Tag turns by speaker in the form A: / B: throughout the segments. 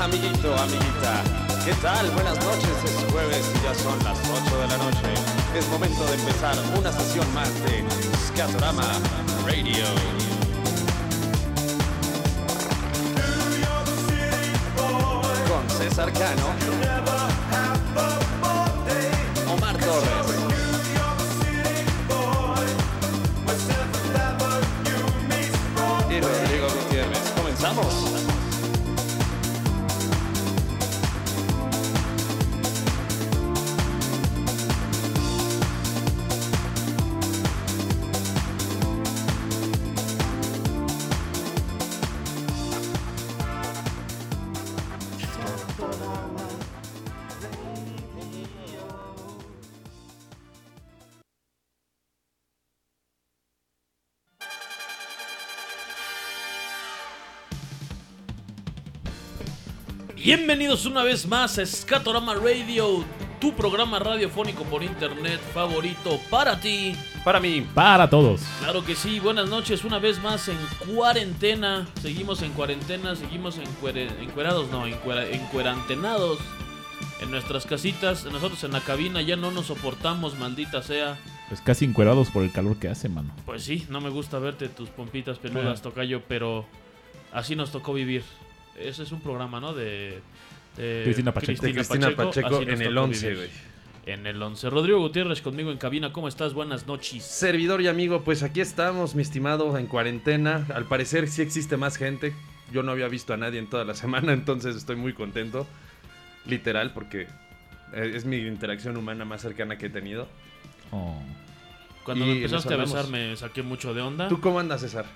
A: Amiguito, amiguita, ¿qué tal? Buenas noches, es jueves y ya son las 8 de la noche. Es momento de empezar una sesión más de Skatorama Radio. Con César Cano, Omar Torres, y Rodrigo Gutiérrez. Comenzamos.
B: Bienvenidos una vez más a Scatorama Radio, tu programa radiofónico por internet favorito para ti.
A: Para mí,
C: Para todos.
B: Claro que sí, buenas noches una vez más en cuarentena. Seguimos en cuarentena, seguimos encuere- encuerados, no, encuera- encuerantenados en nuestras casitas. Nosotros en la cabina ya no nos soportamos, maldita sea.
C: Pues casi encuerados por el calor que hace, mano.
B: Pues sí, no me gusta verte tus pompitas peludas, tocayo, pero así nos tocó vivir. Ese es un programa, ¿no? De, de
C: Cristina Pacheco.
B: Cristina Pacheco, así nos
D: en el
B: tocó
D: 11,
B: vivir.
D: güey.
B: En el 11. Rodrigo Gutiérrez conmigo en cabina. ¿Cómo estás? Buenas noches.
D: Servidor y amigo, pues aquí estamos, mi estimado, en cuarentena. Al parecer sí existe más gente. Yo no había visto a nadie en toda la semana, entonces estoy muy contento. Literal, porque eh, es mi interacción humana más cercana que he tenido.
C: Oh.
B: Cuando
D: Y
B: me empezaste a
D: nos
B: besar
D: hablamos.
B: me saqué mucho de onda.
D: ¿Tú cómo andas, César?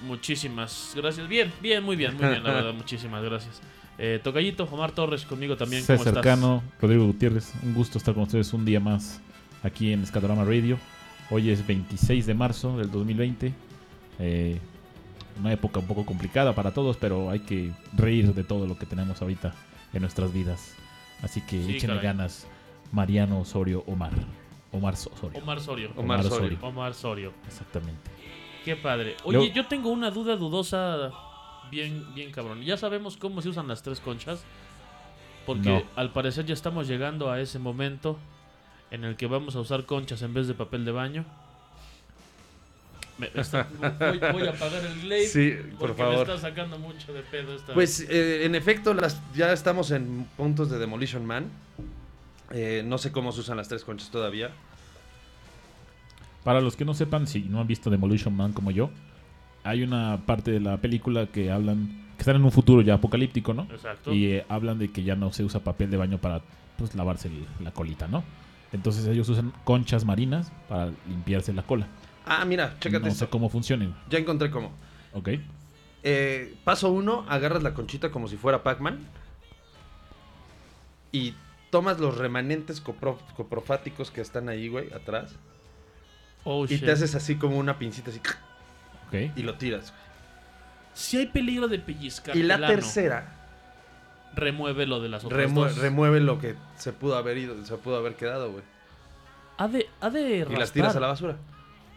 B: Muchísimas gracias. Bien, bien, muy bien, muy bien, la verdad. Muchísimas gracias. Eh, Tocayito, Omar Torres conmigo también. ¿Cómo
C: César
B: estás?
C: Cano, Rodrigo Gutiérrez, un gusto estar con ustedes un día más aquí en Escatorama Radio. Hoy es 26 de marzo del 2020. Eh, una época un poco complicada para todos, pero hay que reír de todo lo que tenemos ahorita en nuestras vidas. Así que
B: Sí,
C: échenle
B: caray.
C: ganas, Mariano Osorio Omar. Omar So- Osorio.
B: Omar Sorio.
D: Omar Osorio.
B: Omar Sorio.
C: Exactamente.
B: Qué padre. Oye,
C: Yo-
B: yo tengo una duda dudosa bien, bien cabrón. Ya sabemos cómo se usan las tres conchas. Porque
C: No.
B: al parecer ya estamos llegando a ese momento en el que vamos a usar conchas en vez de papel de baño. Me- está- voy, voy a apagar el glaive
D: Sí, por
B: porque
D: favor.
B: me está sacando mucho de pedo esta
D: Pues eh, en efecto, las, ya estamos en puntos de Demolition Man. Eh, no sé cómo se usan las tres conchas todavía.
C: Para los que no sepan, si no han visto Demolition Man como yo, hay una parte de la película que hablan, que están en un futuro ya apocalíptico, ¿no?
B: vez. Exacto.
C: Y eh, hablan de que ya no se usa papel de baño para pues, lavarse el- la colita, ¿no? Entonces ellos usan conchas marinas para limpiarse la cola.
D: Ah, mira, chécate
C: no
D: esto.
C: sé cómo funcionen,
D: Ya encontré cómo.
C: ¿ok?
D: Eh, paso uno, agarras la conchita como si fuera Pac-Man. Y tomas los remanentes copro- coprofáticos que están ahí, güey, atrás.
B: Oh,
D: Y
B: shit.
D: te haces así como una pincita así.
C: ¿Ok?
D: Y lo tiras.
B: Si hay peligro de pellizcar,
D: Y la
B: el ano,
D: tercera
B: remueve lo de las otras
D: remue-
B: dos.
D: remueve lo que se pudo haber ido, se pudo haber quedado, güey.
B: ha de, ha de
D: Y las tiras a
B: raspar.
D: la basura.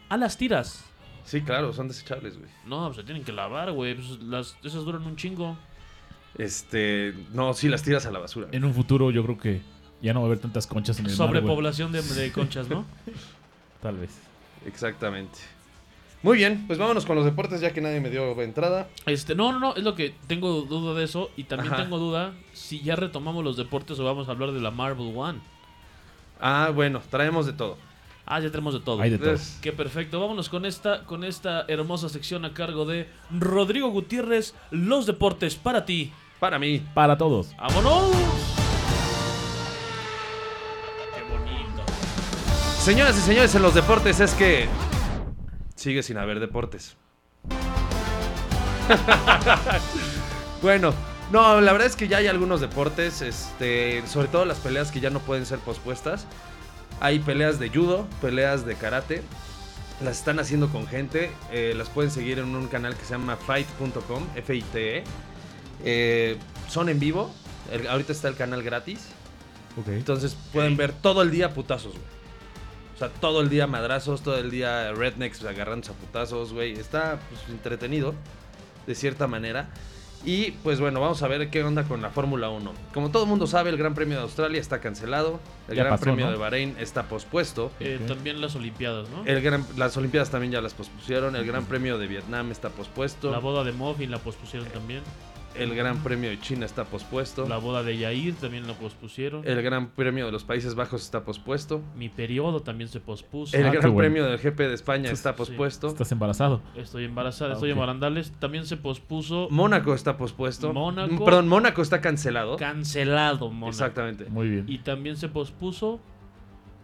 B: Ah, las tiras.
D: Sí, claro, son desechables, güey.
B: No, pues se tienen que lavar, güey. Pues las, esas duran un chingo.
D: Este, no, sí las tiras a la basura.
C: En un futuro yo creo que ya no va a haber tantas conchas en el mar, güey.
B: Sobrepoblación de, de conchas, ¿no?
C: Tal vez.
D: Exactamente. Muy bien, pues vámonos con los deportes ya que nadie me dio entrada.
B: Este, no, no, no, es lo que tengo duda de eso. Y también
D: Ajá.
B: tengo duda si ya retomamos los deportes o vamos a hablar de la Marvel One.
D: Ah, bueno, traemos de todo.
B: Ah, ya tenemos de todo.
C: Hay de todo.
D: Entonces,
B: Qué perfecto. Vámonos con esta, con esta hermosa sección a cargo de Rodrigo Gutiérrez, los deportes para ti.
D: Para mí,
C: Para todos.
B: ¡Vámonos! Qué bonito.
D: Señoras y señores, en los deportes es que sigue sin haber deportes. bueno, no, la verdad es que ya hay algunos deportes, este, sobre todo las peleas que ya no pueden ser pospuestas. Hay peleas de judo, peleas de karate. Las están haciendo con gente. eh, las pueden seguir en un canal que se llama fight.com, F-I-T-E. E. Eh, son en vivo. el- ahorita está el canal gratis.
C: Ok.
D: Entonces pueden ver todo el día putazos, güey. O sea, todo el día madrazos, todo el día rednecks agarrando zaputazos, güey. Está pues, entretenido, de cierta manera. Y pues bueno, vamos a ver qué onda con la Fórmula 1. Como todo el mundo sabe, el Gran Premio de Australia está cancelado. El
C: Ya
D: Gran
C: pasó,
D: Premio
C: ¿no?
D: de Bahrein está pospuesto.
B: Eh,
C: Ok.
B: También las Olimpiadas, ¿no?
D: El gran- las Olimpiadas también ya las pospusieron. El Gran Premio de Vietnam está pospuesto.
B: La boda de Moffin la pospusieron también.
D: El Gran Premio de China está pospuesto.
B: La boda de Yair también la pospusieron.
D: El Gran Premio de los Países Bajos está pospuesto.
B: Mi periodo también se pospuso.
D: El
C: Ah, qué
D: Gran
C: bueno.
D: Premio del GP de España está
B: Sí.
D: pospuesto.
C: Estás embarazado.
B: Estoy embarazada,
C: Ah,
B: estoy en
C: ok.
B: barandales. También se pospuso.
D: Mónaco está pospuesto.
B: Mónaco.
D: Mm, Perdón, Mónaco está cancelado.
B: Cancelado, mona.
D: Exactamente.
C: Muy bien.
B: Y también se pospuso.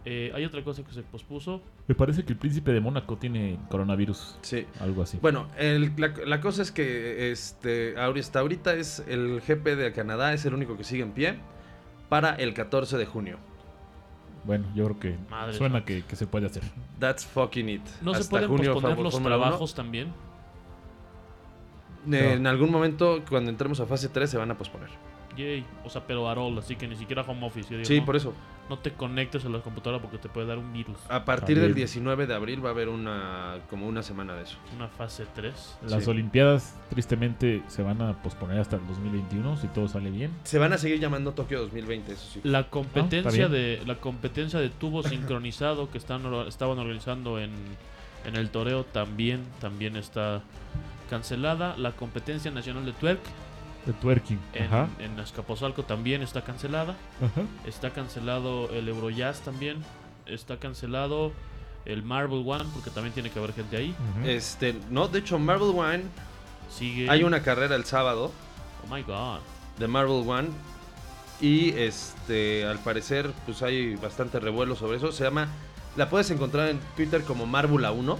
B: eh, hay otra cosa que se pospuso.
C: Me parece que el príncipe de Mónaco tiene coronavirus.
D: Sí.
C: Algo así.
D: Bueno, el- la, la cosa es que este, ahori- hasta ahorita es el GP de Canadá, es el único que sigue en pie para el 14 de junio.
C: Bueno, yo creo que
B: Madre
C: suena que, que se puede hacer.
D: That's fucking it.
B: No se
D: Hasta
B: pueden
D: junio,
B: posponer
D: Fórmula
B: los
D: 1.
B: trabajos también.
D: Eh, En algún momento, cuando entremos a fase 3, se van a posponer.
B: Yay. O sea, pero Arol, así que ni siquiera home office. Yo digo,
D: Sí,
B: no,
D: por eso. Ah.
B: no te conectes a la computadora porque te puede dar un virus.
D: A partir
C: También.
D: del 19 de abril va a haber una como una semana de eso.
B: Una fase 3.
C: Las
D: Sí.
C: Olimpiadas, tristemente, se van a posponer hasta el 2021, si todo sale bien.
D: Se van a seguir llamando Tokio 2020, eso sí.
B: La competencia
C: Ah, está
B: de la competencia de tubo sincronizado que están or- estaban organizando en, en el toreo también también está cancelada. La competencia nacional de twerk
C: El twerking.
B: en,
C: Ajá.
B: en Azcapotzalco también está cancelada.
C: Ajá.
B: Está cancelado el Eurojazz también. Está cancelado el Marble One porque también tiene que haber gente ahí.
C: Ujú.
D: Este, no, de hecho, Marvel One,
B: Sigue.
D: hay una carrera el sábado
B: Oh my god.
D: de Marvel One y este, al parecer, pues hay bastante revuelo sobre eso. Se llama, la puedes encontrar en Twitter como Marvula 1,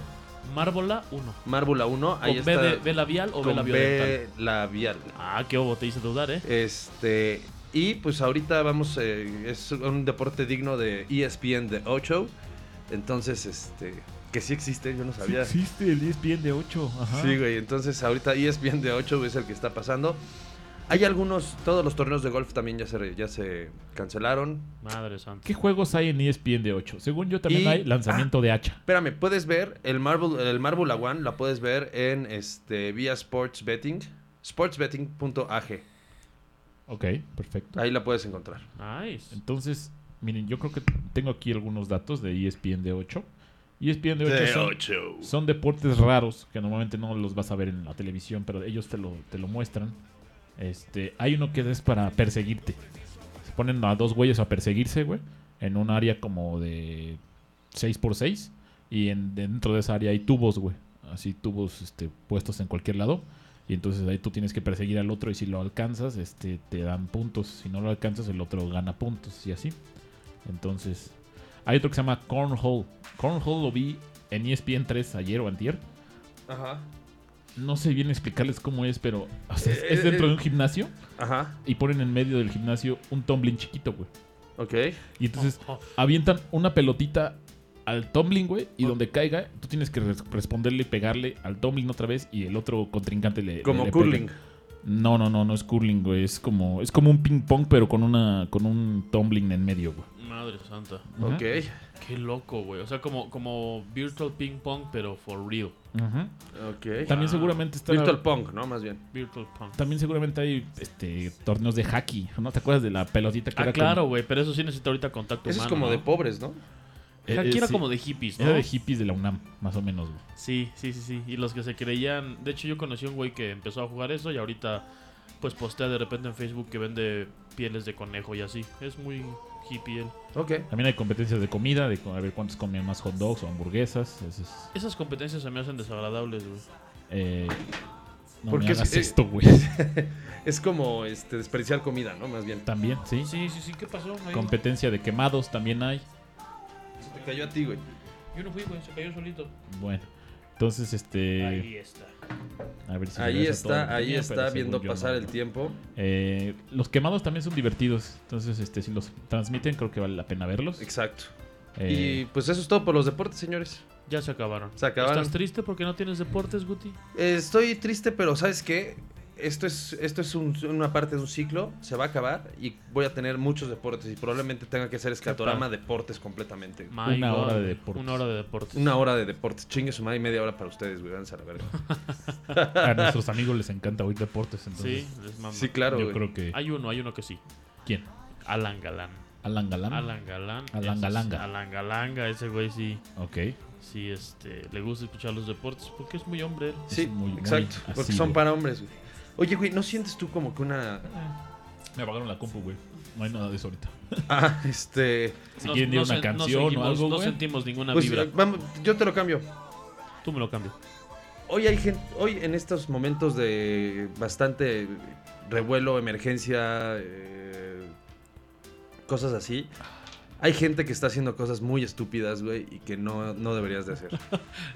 B: Márbola 1.
D: Marvula 1, ahí
B: ¿Con B,
D: está
B: de, B labial o B
D: con
B: labial?
D: B labial.
B: Ah, qué obo, te hice dudar, eh.
D: Este, y pues ahorita vamos, eh, es un deporte digno de E ESPN de 8. Entonces, este, que sí existe, yo no
C: Sí
D: sabía. Sí,
C: existe el E ESPN de 8. Ajá.
D: güey, entonces ahorita E ESPN de 8 es el que está pasando. Hay algunos, todos los torneos de golf también ya se, re- ya se cancelaron.
B: Madre santa.
C: ¿Qué juegos hay en E ESPN de 8? Según yo, también
D: Y- ah.
C: hay lanzamiento de hacha.
D: Espérame, puedes ver el Marvel, el Marvel One, la puedes ver en este, vía Sports Betting, sportsbetting.ag.
C: Ok, perfecto.
D: Ahí la puedes encontrar.
B: Nice.
C: Entonces, miren, yo creo que tengo aquí algunos datos de E ESPN de E 8. ESPN de 8 son, son deportes raros que normalmente no los vas a ver en la televisión, pero ellos te lo, te lo muestran. Este, hay uno que es para perseguirte. Se ponen a dos güeyes a perseguirse, güey, en un área como de 6x6 y en, dentro de esa área hay tubos, güey. Así tubos este, puestos en cualquier lado. Y entonces ahí tú tienes que perseguir al otro y si lo alcanzas, este, te dan puntos. Si no lo alcanzas, el otro gana puntos y así. Entonces, hay otro que se llama Cornhole. Cornhole lo vi en E ESPN 3 ayer o antier.
D: Ajá.
C: No sé bien explicarles cómo es, pero o sea, es-
D: Eh,
C: es dentro
D: eh,
C: de un gimnasio
D: Ajá.
C: y ponen en medio del gimnasio un tumbling chiquito, güey.
D: Ok.
C: Y entonces
B: Oh, oh.
D: Ah.
C: avientan una pelotita al tumbling, güey, y donde caiga, tú tienes que res- responderle y pegarle al tumbling otra vez y el otro contrincante le
D: Como
C: le pega.
D: curling.
C: No, no, no, no es curling, güey, es como es como un ping pong pero con una con un tumbling en medio, güey.
B: Madre santa.
C: Ajá.
D: Ok.
B: Qué loco, güey. O sea, como, como virtual ping pong, pero for real.
C: Ajá.
D: Ok.
C: También
B: Ah.
C: seguramente está
D: Virtual Punk, ¿no? Más bien.
B: Virtual pong.
C: también seguramente hay este torneos de hockey, ¿no te acuerdas de la pelotita que
B: Ah,
C: era
B: claro, güey. Pero eso sí necesita ahorita contacto
D: Eso es
B: humano.
D: como
B: ¿no?
D: de pobres, ¿no?
C: Eh,
B: Aquí
C: eh,
B: era
C: sí.
B: como de hippies,
C: como-
B: ¿no?
C: era de hippies de la UNAM, más o menos, güey.
B: Sí, sí, sí, sí. Y los que se creían. De hecho, yo conocí a un güey que empezó a jugar eso y ahorita, pues postea de repente en Facebook que vende pieles de conejo y así. Es muy hippie él.
D: Ok.
C: También hay competencias de comida, de co- a ver cuántos comen más hot dogs o hamburguesas. Eso es,
B: Esas competencias se me hacen desagradables, güey.
C: eh, no
D: Porque
C: me
D: es-
C: hagas
D: eh,
C: esto, güey.
D: Es como este, desperdiciar comida, ¿no? Más bien.
C: También, sí.
B: Sí, sí, sí. ¿Qué pasó? Ahí-
C: Competencia de quemados también hay.
D: Se te cayó a ti, güey.
B: Yo no fui, güey. Se cayó solito.
C: Bueno, entonces, este.
B: Ahí está.
C: a ver si
D: Ahí
C: regresa todo lo que
D: está, ahí
C: tenía, pero
D: está
C: según
D: viendo
C: yo no.
D: pasar el tiempo.
C: Eh, los quemados también son divertidos. Entonces, este, si los transmiten, creo que vale la pena verlos.
D: Exacto. Y
C: Eh,
D: pues eso es todo por los deportes, señores.
B: Ya se acabaron.
D: Se acabaron.
B: ¿Estás triste porque no tienes deportes, Guti?
D: Eh, Estoy triste, pero ¿sabes qué? esto es, esto es un- una parte de un ciclo, se va a acabar y voy a tener muchos deportes y probablemente tenga que hacer escatorama deportes completamente.
B: My
C: Una hora de deportes.
B: Una hora de deportes.
D: Una hora de deportes, chingue su madre y media hora para ustedes, güey, váyanse a la verga.
C: A nuestros amigos les encanta oír deportes, entonces.
B: Sí, les mama.
D: Sí, claro,
C: Yo
D: güey.
C: creo que.
B: Hay uno, hay uno que sí.
C: ¿Quién?
B: Alan Galán.
C: Alan Galán.
B: Alan Galán.
C: Alan
B: ese-
C: Galanga.
B: Alan Galanga, ese güey sí,
C: Ok.
B: sí, este, le gusta escuchar los deportes porque es muy hombre. él.
D: Sí,
C: Es muy- muy
D: exacto,
C: así,
D: porque son
C: güey.
D: para hombres, güey. Oye, güey, ¿no sientes tú como que una...
C: Me apagaron la compu, güey. No hay nada de eso ahorita.
D: Ah, este...
C: Si quieren de una
B: sen-
C: canción o
B: seguimos-
C: algo,
B: No
C: güey.
B: sentimos ninguna
D: Pues,
B: vibra.
D: vamos, yo te lo cambio.
B: Tú me lo cambias.
D: Hoy hay gente, hoy en estos momentos de bastante revuelo, emergencia, eh, cosas así, hay gente que está haciendo cosas muy estúpidas, güey, y que no, no deberías de hacer.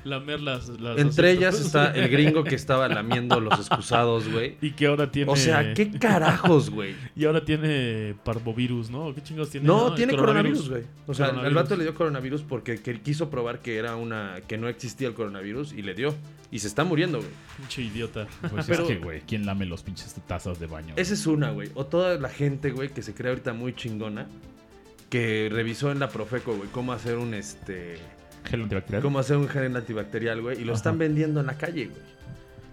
B: Lamer las, las
D: Entre
B: las-
D: ellas está el gringo que estaba lamiendo los excusados, güey.
B: Y que ahora tiene.
D: O sea, ¿qué carajos, güey?
B: Y ahora tiene parvovirus, ¿no? ¿Qué chingados tiene?
D: No, tiene coronavirus, güey. O sea, el
B: Coronavirus.
D: vato le dio coronavirus porque que- quiso probar que era una que no existía el coronavirus y le dio y se está muriendo, güey.
B: Pinche idiota.
C: Pues
D: Pero-
C: es que, güey, ¿quién lame los pinches tazas de baño? güey?
D: Esa es una, güey. O toda la gente, güey, que se cree ahorita muy chingona. Que revisó en la Profeco, güey, cómo hacer un este.
C: Gel antibacterial.
D: Cómo hacer un gel antibacterial, güey. Y lo
C: ¿Eh? Ajá.
D: están vendiendo en la calle, güey.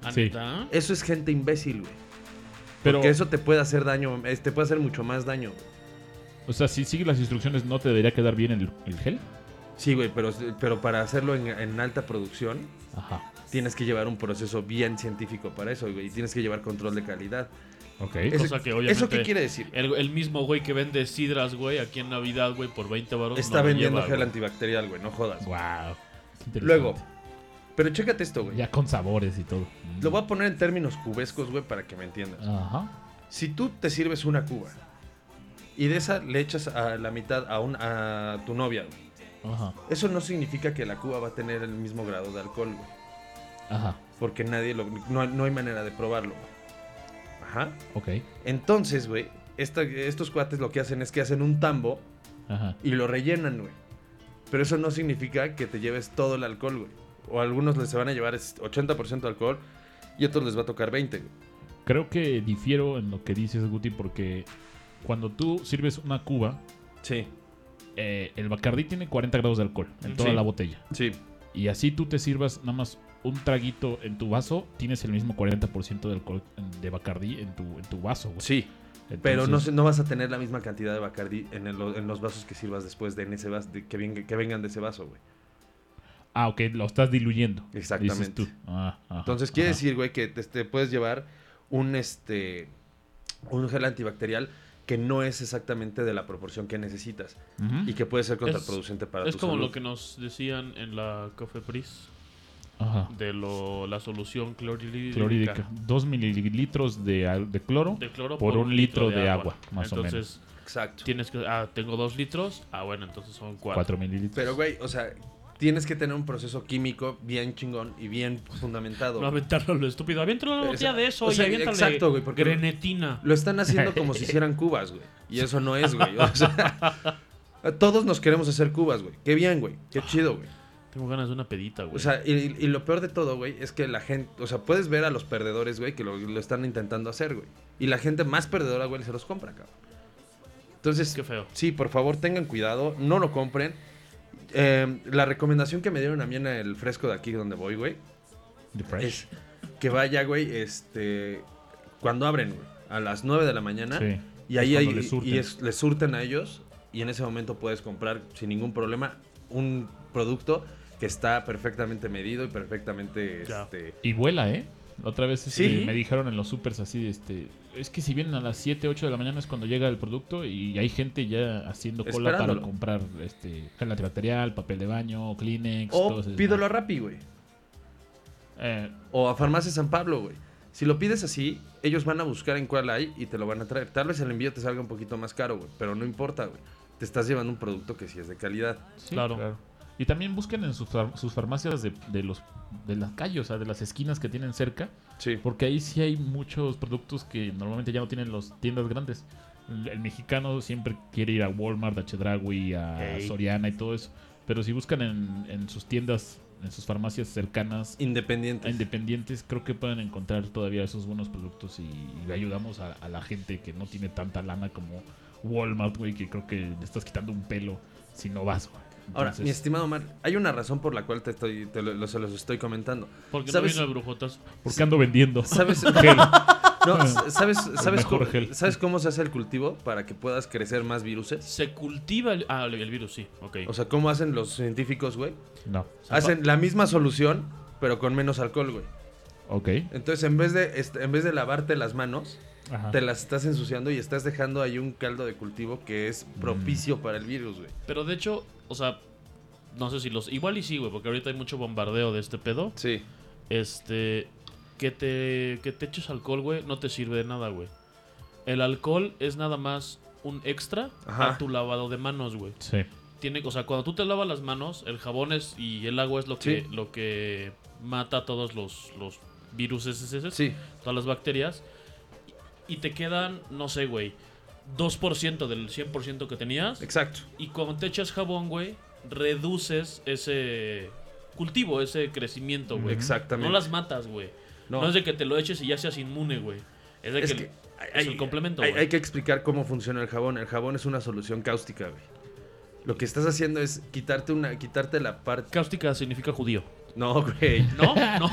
B: ¿Ah,
C: Sí.
B: neta?
D: Eso es gente imbécil, güey.
C: Pero,
D: Porque eso te puede hacer daño, eh, te puede hacer mucho más daño. güey.
C: o sea, si sigues las instrucciones, ¿no te debería quedar bien el, el gel?
D: Sí, güey, pero, pero para hacerlo en, en alta producción,
C: Ajá.
D: tienes que llevar un proceso bien científico para eso, güey. Y tienes que llevar control de calidad.
C: Ok.
D: Ese-
B: cosa que obviamente-
D: ¿Eso qué quiere decir?
B: El, el mismo güey que vende sidras, güey, aquí en Navidad, güey, por 20 baros.
D: Está vendiendo gel antibacterial, güey, no jodas.
C: Wow.
D: Luego, pero chécate esto, güey.
C: Ya con sabores y todo.
D: Lo voy a poner en términos cubescos, güey, para que me entiendas.
C: Ajá.
B: Ah.
D: Si tú te sirves una cuba y de esa le echas a la mitad a, un, a tu novia, güey,
C: Ajá.
D: eso no significa que la cuba va a tener el mismo grado de alcohol, güey.
C: Ajá.
D: Porque nadie lo, no, hay- no hay manera de probarlo, güey. Ajá.
C: Ok.
D: Entonces, güey, esta- estos cuates lo que hacen es que hacen un tambo
C: Ajá.
D: y lo rellenan, güey. Pero eso no significa que te lleves todo el alcohol, güey. O a algunos les se van a llevar es- 80% de alcohol y a otros les va a tocar 20, güey.
C: Creo que difiero en lo que dices, Guti, porque cuando tú sirves una cuba,
D: Sí,
C: eh, el Bacardí tiene 40 grados de alcohol en toda
B: Sí.
C: la botella.
D: sí.
C: Y así tú te sirvas nada más un traguito en tu vaso, tienes el mismo 40% de alcohol de Bacardí en tu, en tu vaso, güey.
D: Sí, Pero no,
C: Entonces,
D: se- no vas a tener la misma cantidad de Bacardi en, el- en los vasos que sirvas después de en ese vas- de que, venga- que vengan de ese vaso, güey.
C: Ah, ok, lo estás diluyendo.
D: Exactamente.
C: Dices tú. Ah, ajá,
D: Entonces quiere
C: ajá.
D: decir, güey, que te, te puedes llevar un este un gel antibacterial que no es exactamente de la proporción que necesitas
C: Ujú.
D: y que puede ser contraproducente para
B: Es
D: tu
B: como
D: salud.
B: lo que nos decían en la Cofepris
C: Ajá.
B: de lo, la solución clorídica.
C: Clorídica. Dos mililitros de, al- de cloro.
B: De cloro
C: Por un litro de agua, más o
B: entonces,
D: Exacto.
B: tienes que. Ah, tengo dos litros. Ah, bueno, entonces son cuatro.
C: Cuatro mililitros.
D: Pero, güey, o sea, tienes que tener un proceso químico bien chingón y bien fundamentado.
B: No aventarlo a lo estúpido. Aviéntalo una botella
D: Esa-
B: de eso
D: o sea,
B: y aviéntale
D: exacto, güey, porque-
B: grenetina.
D: Lo están haciendo como si hicieran cubas, güey. Y eso no es, güey. O sea, todos nos queremos hacer cubas, güey. Qué bien, güey. Qué chido, güey.
B: Tengo ganas de una pedita, güey.
D: O sea, y, y lo peor de todo, güey, es que la gente, o sea, puedes ver a los perdedores, güey, que lo, lo están intentando hacer, güey. Y la gente más perdedora, güey, se los compra, cabrón. Entonces,
B: Qué feo.
D: sí, por favor, tengan cuidado, no lo compren. Eh, la recomendación que me dieron a mí en el fresco de aquí donde voy, güey,
C: De fresh.
D: es que vaya, güey, este, cuando abren, güey, a las 9 de la mañana.
C: Sí.
D: Y ahí
C: Es
D: hay,
C: cuando les surten.
D: y es- les surten a ellos y en ese momento puedes comprar sin ningún problema un producto que está perfectamente medido y perfectamente
B: Ya.
D: este,
C: Y vuela, ¿eh? Otra vez este,
D: Sí.
C: me dijeron en los supers así, este, es que si vienen a las 7, 8 de la mañana es cuando llega el producto y hay gente ya haciendo cola para
D: Esperándolo.
C: comprar este, gel antibacterial, papel de baño, Kleenex,
D: o
C: todo ese-
D: Oh, pídelo a Rappi, güey,
C: Eh,
D: o a Farmacia San Pablo, güey. Si lo pides así, ellos van a buscar en cuál hay y te lo van a traer. Tal vez el envío te salga un poquito más caro, güey, pero no importa, güey. Te estás llevando un producto que sí es de calidad.
C: sí,
B: Claro.
C: claro. Y también busquen en sus, far- sus farmacias de, de los de las calles, o sea, de las esquinas que tienen cerca,
D: Sí.
C: porque ahí sí hay muchos productos que normalmente ya no tienen las tiendas grandes. El, el mexicano siempre quiere ir a Walmart, a Chedraui, a
B: Ey.
C: Soriana y todo eso. Pero si buscan en, en sus tiendas, en sus farmacias cercanas, a
D: Independientes.
C: independientes, creo que pueden encontrar todavía esos buenos productos y, y le ayudamos a, a la gente que no tiene tanta lana como Walmart, güey, que creo que le estás quitando un pelo si no vas, güey.
D: Ahora,
C: Entonces,
D: mi estimado Omar, hay una razón por la cual te estoy, te lo- lo- se los estoy comentando.
B: Porque
D: ¿Sabes?
B: no vino el brujotazo.
C: ¿por qué ando vendiendo?
D: ¿Sabes?
C: Gel.
D: No, s- ¿sabes, sabes,
C: mejor
D: cómo,
C: gel.
D: ¿Sabes cómo se hace el cultivo para que puedas crecer más viruses?
B: Se cultiva el, ah, el virus, sí, ok.
D: O sea, ¿cómo hacen los científicos, güey?
C: No.
D: Hacen la misma solución, pero con menos alcohol, güey.
C: Ok.
D: Entonces, en vez de, este, en vez de lavarte las manos,
C: Ajá.
D: te las estás ensuciando y estás dejando ahí un caldo de cultivo que es
C: Mm.
D: propicio para el virus, güey.
B: Pero de hecho, o sea, no sé si los... Igual y sí, güey, porque ahorita hay mucho bombardeo de este pedo.
D: Sí.
B: Este. Que te, que te eches alcohol, güey, no te sirve de nada, güey. El alcohol es nada más un extra
D: Ajá.
B: a tu lavado de manos, güey.
C: Sí.
B: Tiene, o sea, cuando tú te lavas las manos, el jabón es, y el agua es lo que,
D: Sí.
B: lo que mata todos los, los virus,
D: Sí.
B: todas las bacterias. Y, y te quedan, no sé, güey, 2% del 100% que tenías.
D: Exacto.
B: Y cuando te echas jabón, güey, reduces ese cultivo, ese crecimiento, güey.
D: Exactamente.
B: No las matas, güey.
D: No.
B: No. es de que te lo eches y ya seas inmune, güey. Es de
D: Es
B: que,
D: que
B: es el complemento,
D: hay,
B: güey.
D: hay que explicar cómo funciona el jabón. El jabón es una solución cáustica, güey. Lo que estás haciendo es quitarte una, quitarte la parte.
B: Cáustica significa judío.
D: No, güey.
B: ¿No? No.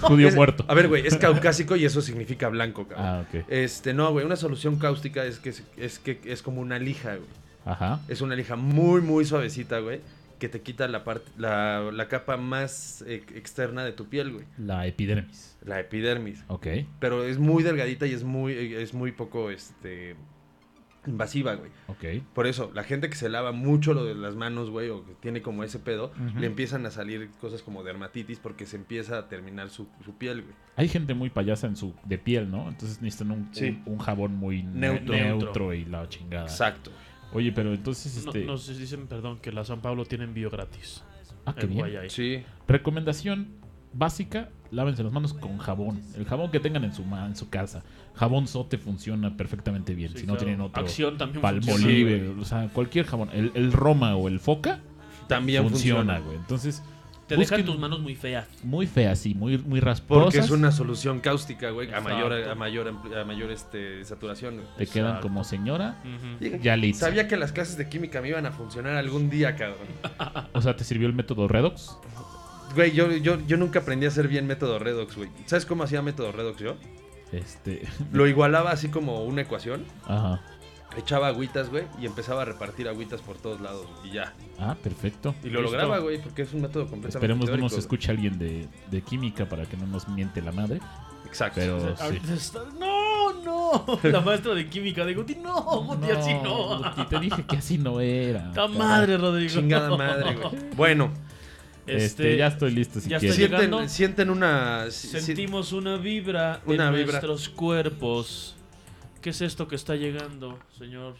C: Judío
D: Es-
C: muerto.
D: A ver, güey, es caucásico y eso significa blanco, cabrón.
C: Ah, ok.
D: Este, no, güey, una solución cáustica es que es, es que es como una lija, güey.
C: Ajá.
D: Es una lija muy, muy suavecita, güey. Que te quita la parte, la, la capa más eh, externa de tu piel, güey.
C: La epidermis.
D: La epidermis.
C: Ok.
D: Pero es muy delgadita y es muy, eh, es muy poco, este, invasiva, güey.
C: Ok.
D: Por eso, la gente que se lava mucho lo de las manos, güey, o que tiene como ese pedo,
C: Ujú.
D: le empiezan a salir cosas como dermatitis porque se empieza a terminar su, su piel, güey.
C: Hay gente muy payasa en su de piel, ¿no? Entonces necesitan un,
D: Sí.
C: un, un jabón muy
D: Neutro.
C: neutro. y la chingada.
D: Exacto.
C: Oye, pero entonces
B: No-
C: este
B: Nos dicen, perdón, que la San Pablo tiene envío gratis.
C: ah, qué
B: en
C: bien.
B: Guayay.
D: Sí.
C: Recomendación básica, lávense las manos con jabón. El jabón que tengan en su ma- en su casa. Jabón sote funciona perfectamente bien,
B: Sí,
C: si no
B: claro.
C: tienen otro.
B: Acción también funciona,
C: Palmolive,
B: güey.
C: o sea, cualquier jabón, el, el Roma o el Foca
D: También funciona.
C: funciona, güey. Entonces,
B: Te
C: busquen
B: dejan tus manos muy feas.
C: muy feas sí, muy muy rasposas.
D: Porque es una solución cáustica, güey, a
B: Exacto.
D: mayor, a mayor, ampli- a mayor este, saturación. güey.
C: Te quedan
B: Exacto.
C: como señora.
B: Ujú.
D: Dije,
C: Ya listo.
D: Sabía que las clases de química me iban a funcionar algún día, cabrón.
C: O sea, ¿te sirvió el método Redox?
D: Güey, yo, yo, yo nunca aprendí a hacer bien método redox, güey. ¿Sabes cómo hacía método redox yo?
C: Este,
D: Lo igualaba así como una ecuación,
C: ajá.
D: echaba agüitas, güey, y empezaba a repartir agüitas por todos lados, güey, y ya.
C: Ah, perfecto.
D: Y lo
B: Listo.
D: lograba, güey, porque es un método completamente
C: Esperemos no nos
D: teórico,
C: escuche alguien de, de química para que no nos miente la madre.
D: güey. Exacto.
C: Pero Ah, sí.
B: Ahorita está- No, no. La maestra de química de Guti, no, Guti, así no.
C: Guti, te dije que así no era.
B: Ta madre, Rodrigo.
D: Chingada madre, güey. Bueno,
C: Este, ya estoy listo si
B: ya
C: quieres.
B: estoy- llegando?
D: sienten, sienten una... si- si-
B: Sentimos una vibra
D: Una
B: en
D: vibra.
B: nuestros cuerpos. ¿Qué es esto que está llegando, señor?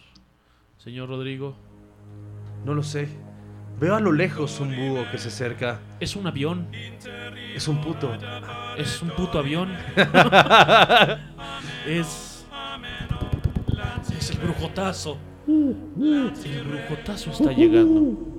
B: Señor Rodrigo.
D: No lo sé. Veo a lo lejos un búho que se acerca.
B: Es un avión.
D: Es un puto.
B: Es un puto avión. es. Es el brujotazo. El brujotazo está llegando.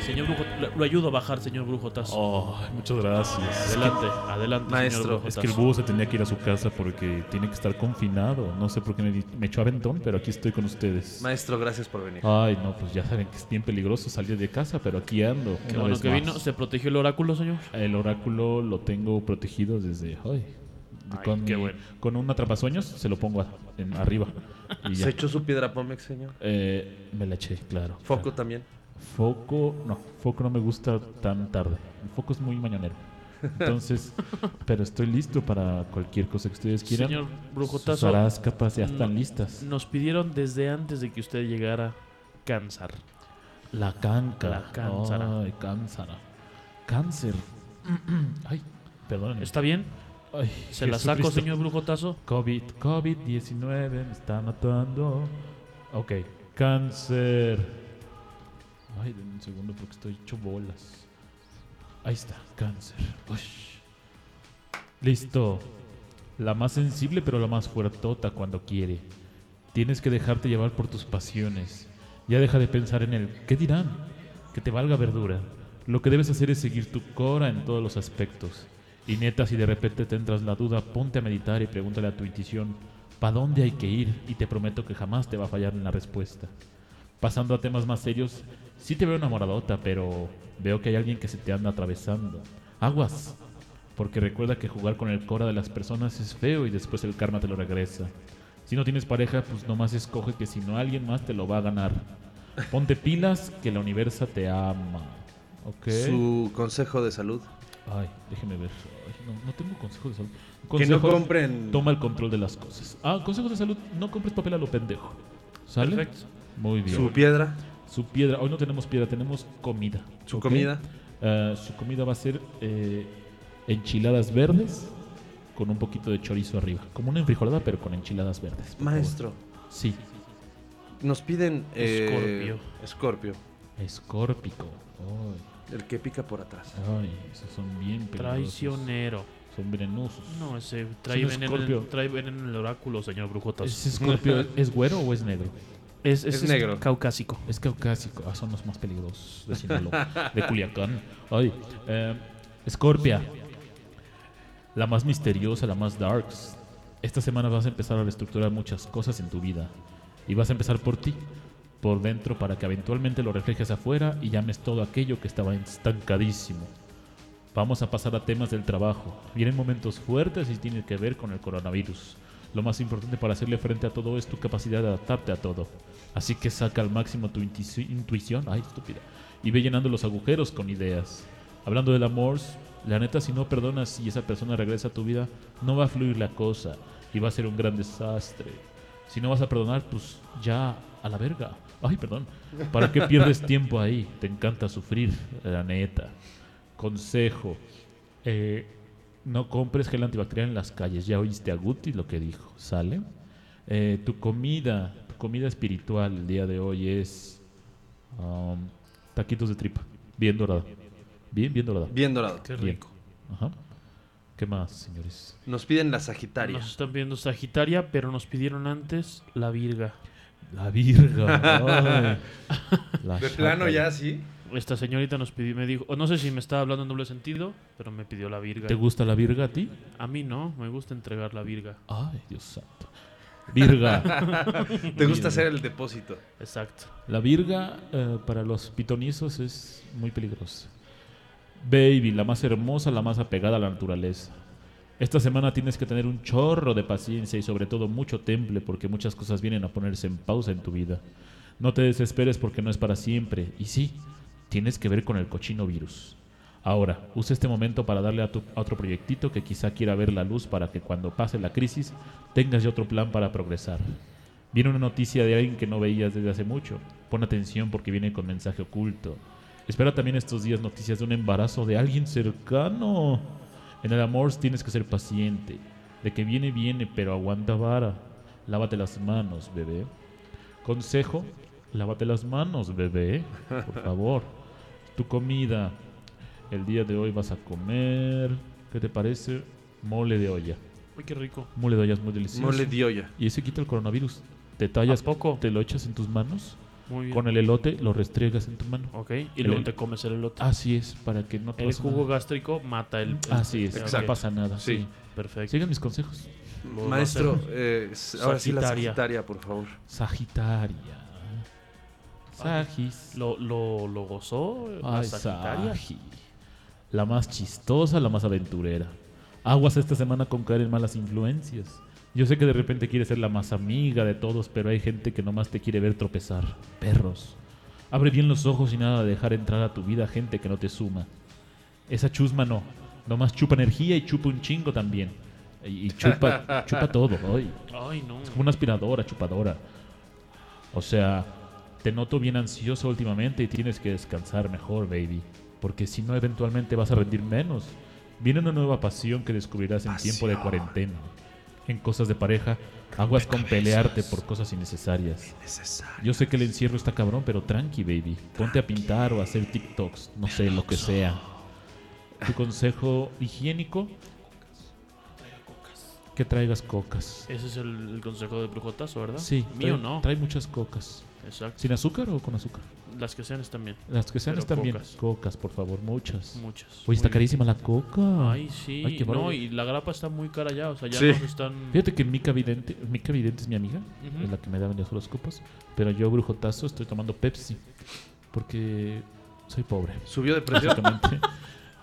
B: Señor brujotazo. Lo, lo ayudo a bajar, señor
C: Oh,
B: brujotazo.
C: Ay, muchas gracias.
B: Adelante, adelante,
D: Maestro,
B: señor
C: Es
B: brujotazo.
C: que el búho se tenía que ir a su casa porque tiene que estar confinado. No sé por qué me, di- me echó aventón, pero aquí estoy con ustedes.
D: Maestro, gracias por venir.
C: Ay, no, pues ya saben que es bien peligroso salir de casa, pero aquí ando.
B: Qué
C: una
B: bueno
C: vez
B: que
C: más.
B: vino. ¿Se protegió el oráculo, señor?
C: El oráculo lo tengo protegido desde hoy.
B: Ay,
C: con,
B: qué
C: mi-
B: bueno.
C: con un atrapasueños se lo pongo a- en, arriba. Y ya.
D: ¿Se echó su piedra Pomex, señor?
C: Eh, me la eché, claro.
D: Foco también.
C: Foco, no, Foco no me gusta tan tarde. El Foco es muy mañanero. Entonces, pero estoy listo para cualquier cosa que ustedes quieran.
B: Señor Mm.
C: Sus
B: brujotazo.
C: arazcapas ya están
B: no-
C: listas.
B: Nos pidieron desde antes de que usted llegara cáncer.
C: La cáncara.
B: La cáncara.
C: Ay, cánsara. Cáncer. Ay, perdón.
B: ¿Está bien?
C: Ay,
B: ¿Se la saco,
C: Jesucristo.
B: señor brujotazo?
C: COVID, COVID-19 me está matando. Ok, cáncer. Ay, denme un segundo porque estoy hecho bolas. Ahí está, cáncer. Ush. Listo. La más sensible pero la más fuertota cuando quiere. Tienes que dejarte llevar por tus pasiones. Ya deja de pensar en el ¿qué dirán? que te valga verdura. Lo que debes hacer es seguir tu cora en todos los aspectos. Y neta, si de repente te entras la duda, ponte a meditar y pregúntale a tu intuición, ¿para dónde hay que ir? Y te prometo que jamás te va a fallar en la respuesta. Pasando a temas más serios, sí te veo enamoradota, pero veo que hay alguien que se te anda atravesando. Aguas, porque recuerda que jugar con el cora de las personas es feo y después el karma te lo regresa. Si no tienes pareja, pues nomás escoge que si no alguien más te lo va a ganar. Ponte pilas que la universa te ama. Ok.
D: Su consejo de salud.
C: Ay, déjeme ver. Ay, no, no tengo consejo de salud.
D: Que no
C: Consejo,
D: compren.
C: Toma el control de las cosas. Ah, consejo de salud. No compres papel a lo pendejo. ¿Sale?
B: Perfecto.
C: Muy bien.
D: Su piedra.
C: Su piedra. Hoy no tenemos piedra, tenemos comida.
D: Su
C: ¿ok?
D: comida.
C: Eh, su comida va a ser eh, enchiladas verdes con un poquito de chorizo arriba. Como una enfrijolada, pero con enchiladas verdes. por favor.
D: Maestro,
C: Sí,
D: nos piden. eh,
B: Escorpio.
D: Escorpio.
C: escórpico. Ay,
D: el que pica por atrás.
C: ay, esos son bien peligrosos.
B: Traicionero.
C: Son venenosos.
B: No, ese trae
C: un
B: veneno, en-
C: escorpio.
B: trae veneno en el oráculo, señor Brujotas.
C: ¿Ese escorpio es güero o es negro?
B: Es,
D: es negro.
B: Caucásico.
C: Es caucásico. Ah, son los más peligrosos de Sinaloa, de Culiacán. Ay, eh, Scorpia. La más misteriosa, la más darks. Esta semana vas a empezar a reestructurar muchas cosas en tu vida. Y vas a empezar por ti, por dentro, para que eventualmente lo reflejes afuera y llames todo aquello que estaba estancadísimo. Vamos a pasar a temas del trabajo. Vienen momentos fuertes y tienen que ver con el coronavirus. Lo más importante para hacerle frente a todo es tu capacidad de adaptarte a todo. Así que saca al máximo tu intuici- intuición, ay estúpida, y ve llenando los agujeros con ideas. Hablando del amor, la neta si no perdonas y esa persona regresa a tu vida, no va a fluir la cosa y va a ser un gran desastre. Si no vas a perdonar, pues ya a la verga. Ay, perdón. ¿Para qué pierdes tiempo ahí? Te encanta sufrir, la neta. Consejo. eh, no compres gel antibacterial en las calles. Ya oíste a Guti lo que dijo. ¿Sale? Eh, tu comida, tu comida espiritual el día de hoy es um, taquitos de tripa. Bien dorada. Bien, bien dorada.
D: Bien dorado.
B: Qué
C: Bien.
B: rico.
C: Ajá. ¿Qué más, señores?
D: Nos piden la Sagitaria.
B: Nos están viendo Sagitaria, pero nos pidieron antes la Virga.
C: La virga.
D: De plano ya, sí.
B: Esta señorita nos pidió, me dijo, o no sé si me estaba hablando en doble sentido, pero me pidió la Virga.
C: ¿Te gusta la virga a ti?
B: A mí no, me gusta entregar la Virga.
C: Ay, Dios santo. Virga.
D: Te gusta hacer el depósito.
B: Exacto.
C: La virga eh, para los pitonizos es muy peligrosa. Baby, la más hermosa, la más apegada a la naturaleza. Esta semana tienes que tener un chorro de paciencia y sobre todo mucho temple porque muchas cosas vienen a ponerse en pausa en tu vida. No te desesperes porque no es para siempre. Y sí, tienes que ver con el cochino virus. Ahora, usa este momento para darle a, tu- a otro proyectito que quizá quiera ver la luz para que cuando pase la crisis tengas ya otro plan para progresar. Viene una noticia de alguien que no veías desde hace mucho. Pon atención porque viene con mensaje oculto. Espera también estos días noticias de un embarazo de alguien cercano. En el amor tienes que ser paciente. De que viene, viene, pero aguanta vara. Lávate las manos, bebé. Consejo, lávate las manos, bebé. Por favor. Tu comida. El día de hoy vas a comer. ¿Qué te parece? Mole de olla.
B: Uy, qué rico.
C: Mole de olla es muy delicioso.
D: No le dio ya.
C: Y eso quita el coronavirus. Te tallas
B: ¿A poco?
C: te lo echas en tus manos.
B: Muy bien.
C: Con el elote lo restriegas en tu mano.
B: Ok, y luego
C: el-
B: te comes el elote.
C: Así es, para que no te
B: el
C: pase
B: jugo
C: nada. Ah,
B: gástrico mata el... el-
C: Así es,
B: Ok,
C: no pasa nada.
D: Sí.
C: Sí.
B: Perfecto.
C: Sigan mis consejos.
B: Lo-
D: Maestro,
B: lo hacemos.
D: eh, s- ahora sí la
B: Sagitaria.
D: Sagitaria, por favor.
C: Sagitaria. Sagis.
B: ¿Lo, lo, lo gozó la
C: Ay,
B: Sagitaria?
C: Sagi. La más chistosa, la más aventurera. Aguas esta semana con caer en malas influencias. Yo sé que de repente quieres ser la más amiga de todos, pero hay gente que nomás te quiere ver tropezar. Perros. Abre bien los ojos y nada de dejar entrar a tu vida gente que no te suma. Esa chusma no. Nomás chupa energía y chupa un chingo también. Y y chupa, chupa todo. Ay.
B: Ay, no.
C: Como una aspiradora, chupadora. O sea, te noto bien ansioso últimamente y tienes que descansar mejor, baby. Porque si no, eventualmente vas a rendir menos. Viene una nueva pasión que descubrirás en tiempo de cuarentena. En cosas de pareja, aguas con pelearte por cosas innecesarias. Yo sé que el encierro está cabrón, pero tranqui, baby. Ponte a pintar o a hacer TikToks, no sé, lo que sea. Tu consejo higiénico, que traigas cocas.
B: Ese es el, el consejo de Brujotazo, ¿verdad?
C: Sí,
B: Mío
C: trae-
B: no.
C: Trae muchas cocas.
B: Exacto.
C: ¿Sin azúcar o con azúcar?
B: Las que sean están bien.
C: Las que sean
B: Pero
C: están bien.
B: cocas.
C: Cocas, por favor, muchas.
B: Muchas.
C: Oye, está
B: Muy
C: carísima la coca.
B: bien. Ay, sí.
C: Ay, qué bárbaro.
B: no, y la grapa está muy cara ya. O sea, ya
D: Sí.
B: nos están.
C: Fíjate que Mica Vidente, Mica Vidente es mi amiga,
B: Ujú.
C: es la que me da los horóscopos, pero yo brujotazo estoy tomando Pepsi porque soy pobre.
D: Subió de precio.
C: Básicamente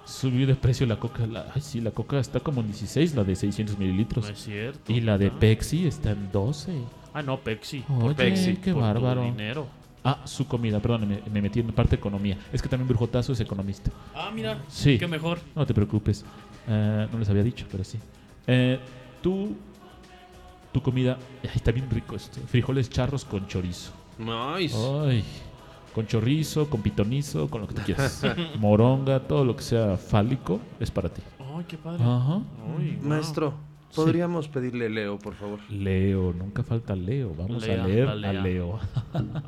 C: subió de precio la coca. La, ay, sí, la coca está como en 16, la de 600
B: No
C: mililitros.
B: es cierto.
C: Y la de
B: ¿verdad?
C: Pepsi está en 12.
B: Ah, no, Pepsi.
C: Oye,
D: Pepsi,
C: qué
B: por tu
C: bárbaro.
B: dinero.
C: Ah, su comida, perdón, me, me metí en la parte de economía. Es que también Brujotazo es economista.
B: Ah, mira.
C: Sí.
B: Qué mejor.
C: No te preocupes. Eh, no les había dicho, pero sí. Eh, tú, tu comida, ay, está bien rico esto. Frijoles charros con chorizo.
D: Nice.
C: Ay, con chorizo, con pitonizo, con lo que tú quieras. Moronga, todo lo que sea fálico es para ti.
B: Ay, qué padre.
C: Ajá.
B: Ay, guau.
D: Maestro, ¿podríamos pedirle Leo, por favor?
C: Leo, nunca falta Leo. Vamos
B: Lea,
C: a leer
B: la
C: a
B: Lea.
C: Leo.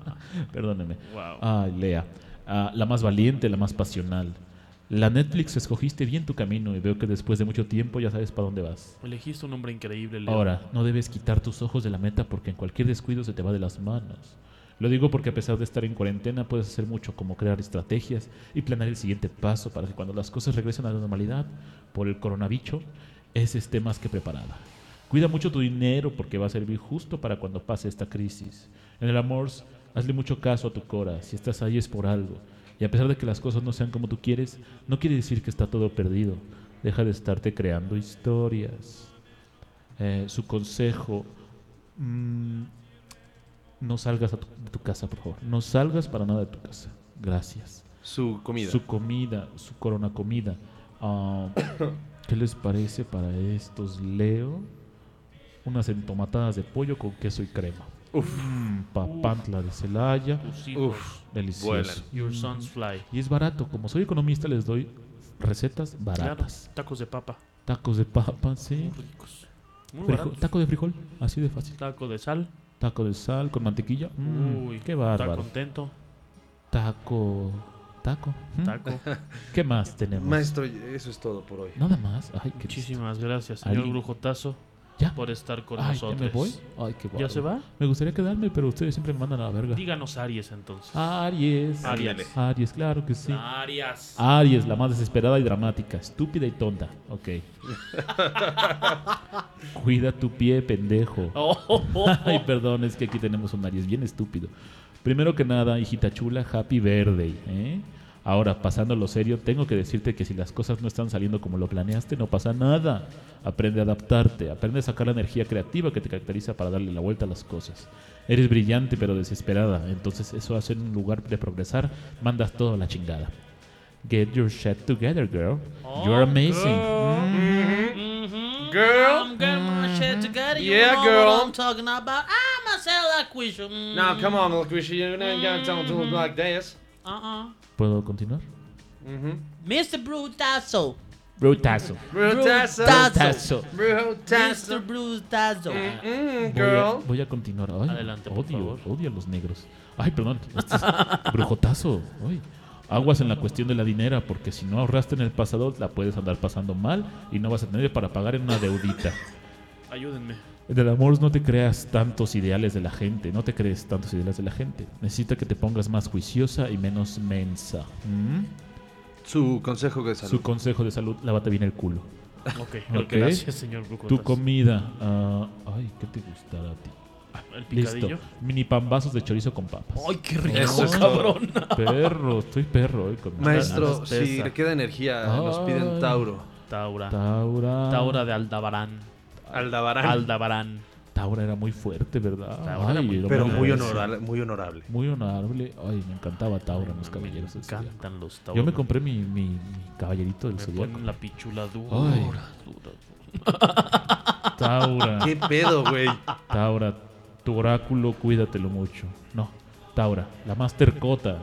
C: Perdóneme.
B: Wow.
C: Ay, Lea. Ah, la más valiente, la más pasional. La Netflix escogiste bien tu camino y veo que después de mucho tiempo ya sabes para dónde vas.
B: Elegiste un hombre increíble, Leo.
C: Ah. Ahora, no debes quitar tus ojos de la meta porque en cualquier descuido se te va de las manos. Lo digo porque a pesar de estar en cuarentena puedes hacer mucho como crear estrategias y planear el siguiente paso para que cuando las cosas regresen a la normalidad por el coronavirus, es esté más que preparada. Cuida mucho tu dinero porque va a servir justo para cuando pase esta crisis. En el amor, hazle mucho caso a tu cora. Si estás ahí es por algo. Y a pesar de que las cosas no sean como tú quieres, no quiere decir que está todo perdido. Deja de estarte creando historias eh, su consejo. mm, no salgas a tu- de tu casa, por favor. No salgas para nada de tu casa. Gracias.
D: Su comida.
C: Su comida, su corona comida. Ah, ¿Qué les parece para estos, Leo? Unas entomatadas de pollo con queso y crema.
D: Uf.
C: Mm, papantla de Celaya.
B: Tus hijos.
D: Uf.
C: Delicioso.
B: Your sons fly.
C: Y es barato. Como soy economista, les doy recetas
B: Claro,
C: baratas.
B: tacos de papa.
C: Tacos de papa, sí.
B: Muy
D: Pues
B: ricos. Muy
C: Frijo-
B: baratos.
C: taco de frijol, así de fácil.
B: Taco de sal.
C: Taco de sal con mantequilla. Mm,
B: Uy,
C: qué
B: Está
C: bárbaro.
B: contento.
C: Taco. Taco. ¿Mm?
B: Taco.
C: ¿Qué más tenemos?
D: Maestro, eso es todo por hoy.
C: Nada más. Ay, qué
B: Muchísimas gracias, señor
C: ¿Alguien?
B: Brujotazo,
C: triste. Ya.
B: por estar con
C: Ay, ¿ya
B: nosotros.
C: me voy. Ay, qué
B: ¿Ya se
C: bárbaro.
B: va?
C: Me gustaría quedarme, pero ustedes siempre me mandan a la verga.
B: Díganos Aries entonces.
C: Ah. Aries.
B: Aries.
C: Aries, claro que sí.
B: Ah.
C: Ah.
B: Arias.
C: Aries, la más desesperada y dramática, estúpida y tonta. Ok. Cuida tu pie, pendejo.
B: Oh,
C: Ay, perdón, es que aquí tenemos un Aries bien estúpido. Primero que nada, hijita chula, happy birthday. ¿eh? Ahora, pasando lo serio, tengo que decirte que si las cosas no están saliendo como lo planeaste, no pasa nada. Aprende a adaptarte, aprende a sacar la energía creativa que te caracteriza para darle la vuelta a las cosas. Eres brillante pero desesperada, entonces eso hace en un lugar de progresar, mandas todo a la chingada. Get your shit together, girl. You're amazing.
D: Girl.
E: I'm getting my shit together.
D: Mm-hmm.
E: You
D: Yeah,
E: know
D: girl.
E: what I'm talking about. I'm a sell question. Mm.
D: Now, come on, Lucretia. You're not gonna tell them to like this.
E: Uh-uh.
C: ¿Puedo continuar?
E: Mr. Brutazo.
C: Brutazo.
D: Brutazo.
E: Brutazo.
D: Brutazo.
E: Mr. Brutazo.
D: Mm,
C: Voy a,
D: girl.
C: voy a continuar. Ay,
B: Adelante, por
C: odio,
B: favor.
C: odio a los negros. Ay, perdón. este es brujotazo. Ay. Aguas en la cuestión de la dinera, porque si no ahorraste en el pasado, la puedes andar pasando mal y no vas a tener para pagar en una deudita.
B: Ayúdenme.
C: En el amor no te creas tantos ideales de la gente, no te crees tantos ideales de la gente. Necesita que te pongas más juiciosa y menos mensa. ¿Mm?
D: Su consejo de
C: Su consejo de salud, lávate bien el culo.
B: Ok,
C: Ok.
B: gracias, señor Brujotazo.
C: Tu comida. ah, ay, ¿qué te gustará a ti?
B: El
C: Listo.
B: picadillo.
C: Mini pambazos de chorizo con papas.
B: Ay, qué rico,
D: Eso es
B: cabrón.
C: Perro, estoy perro. hoy con
D: Maestro,
B: Ganas de
D: si
B: esa.
D: le queda energía, nos
C: Ay.
D: piden Tauro.
B: Taura.
C: Taura.
B: Taura de Aldabarán.
D: Aldabarán.
B: Aldabarán.
C: Taura era muy fuerte, ¿verdad?
B: Taura era muy-
C: lo
D: pero
C: malo
D: muy
C: es-
D: honorable, muy honorable.
C: Muy honorable. Ay, me encantaba Taura en los caballeros.
B: Me
C: ese día.
B: encantan los Taura.
C: Yo me compré mi, mi- mi caballerito del
B: Me
C: zodiaco.
B: ponen la pichula dura,
C: Ay.
B: dura, dura.
C: Taura,
D: ¿Qué pedo, güey?
C: Taura, tu oráculo, cuídatelo mucho. No, Taura, la más tercota.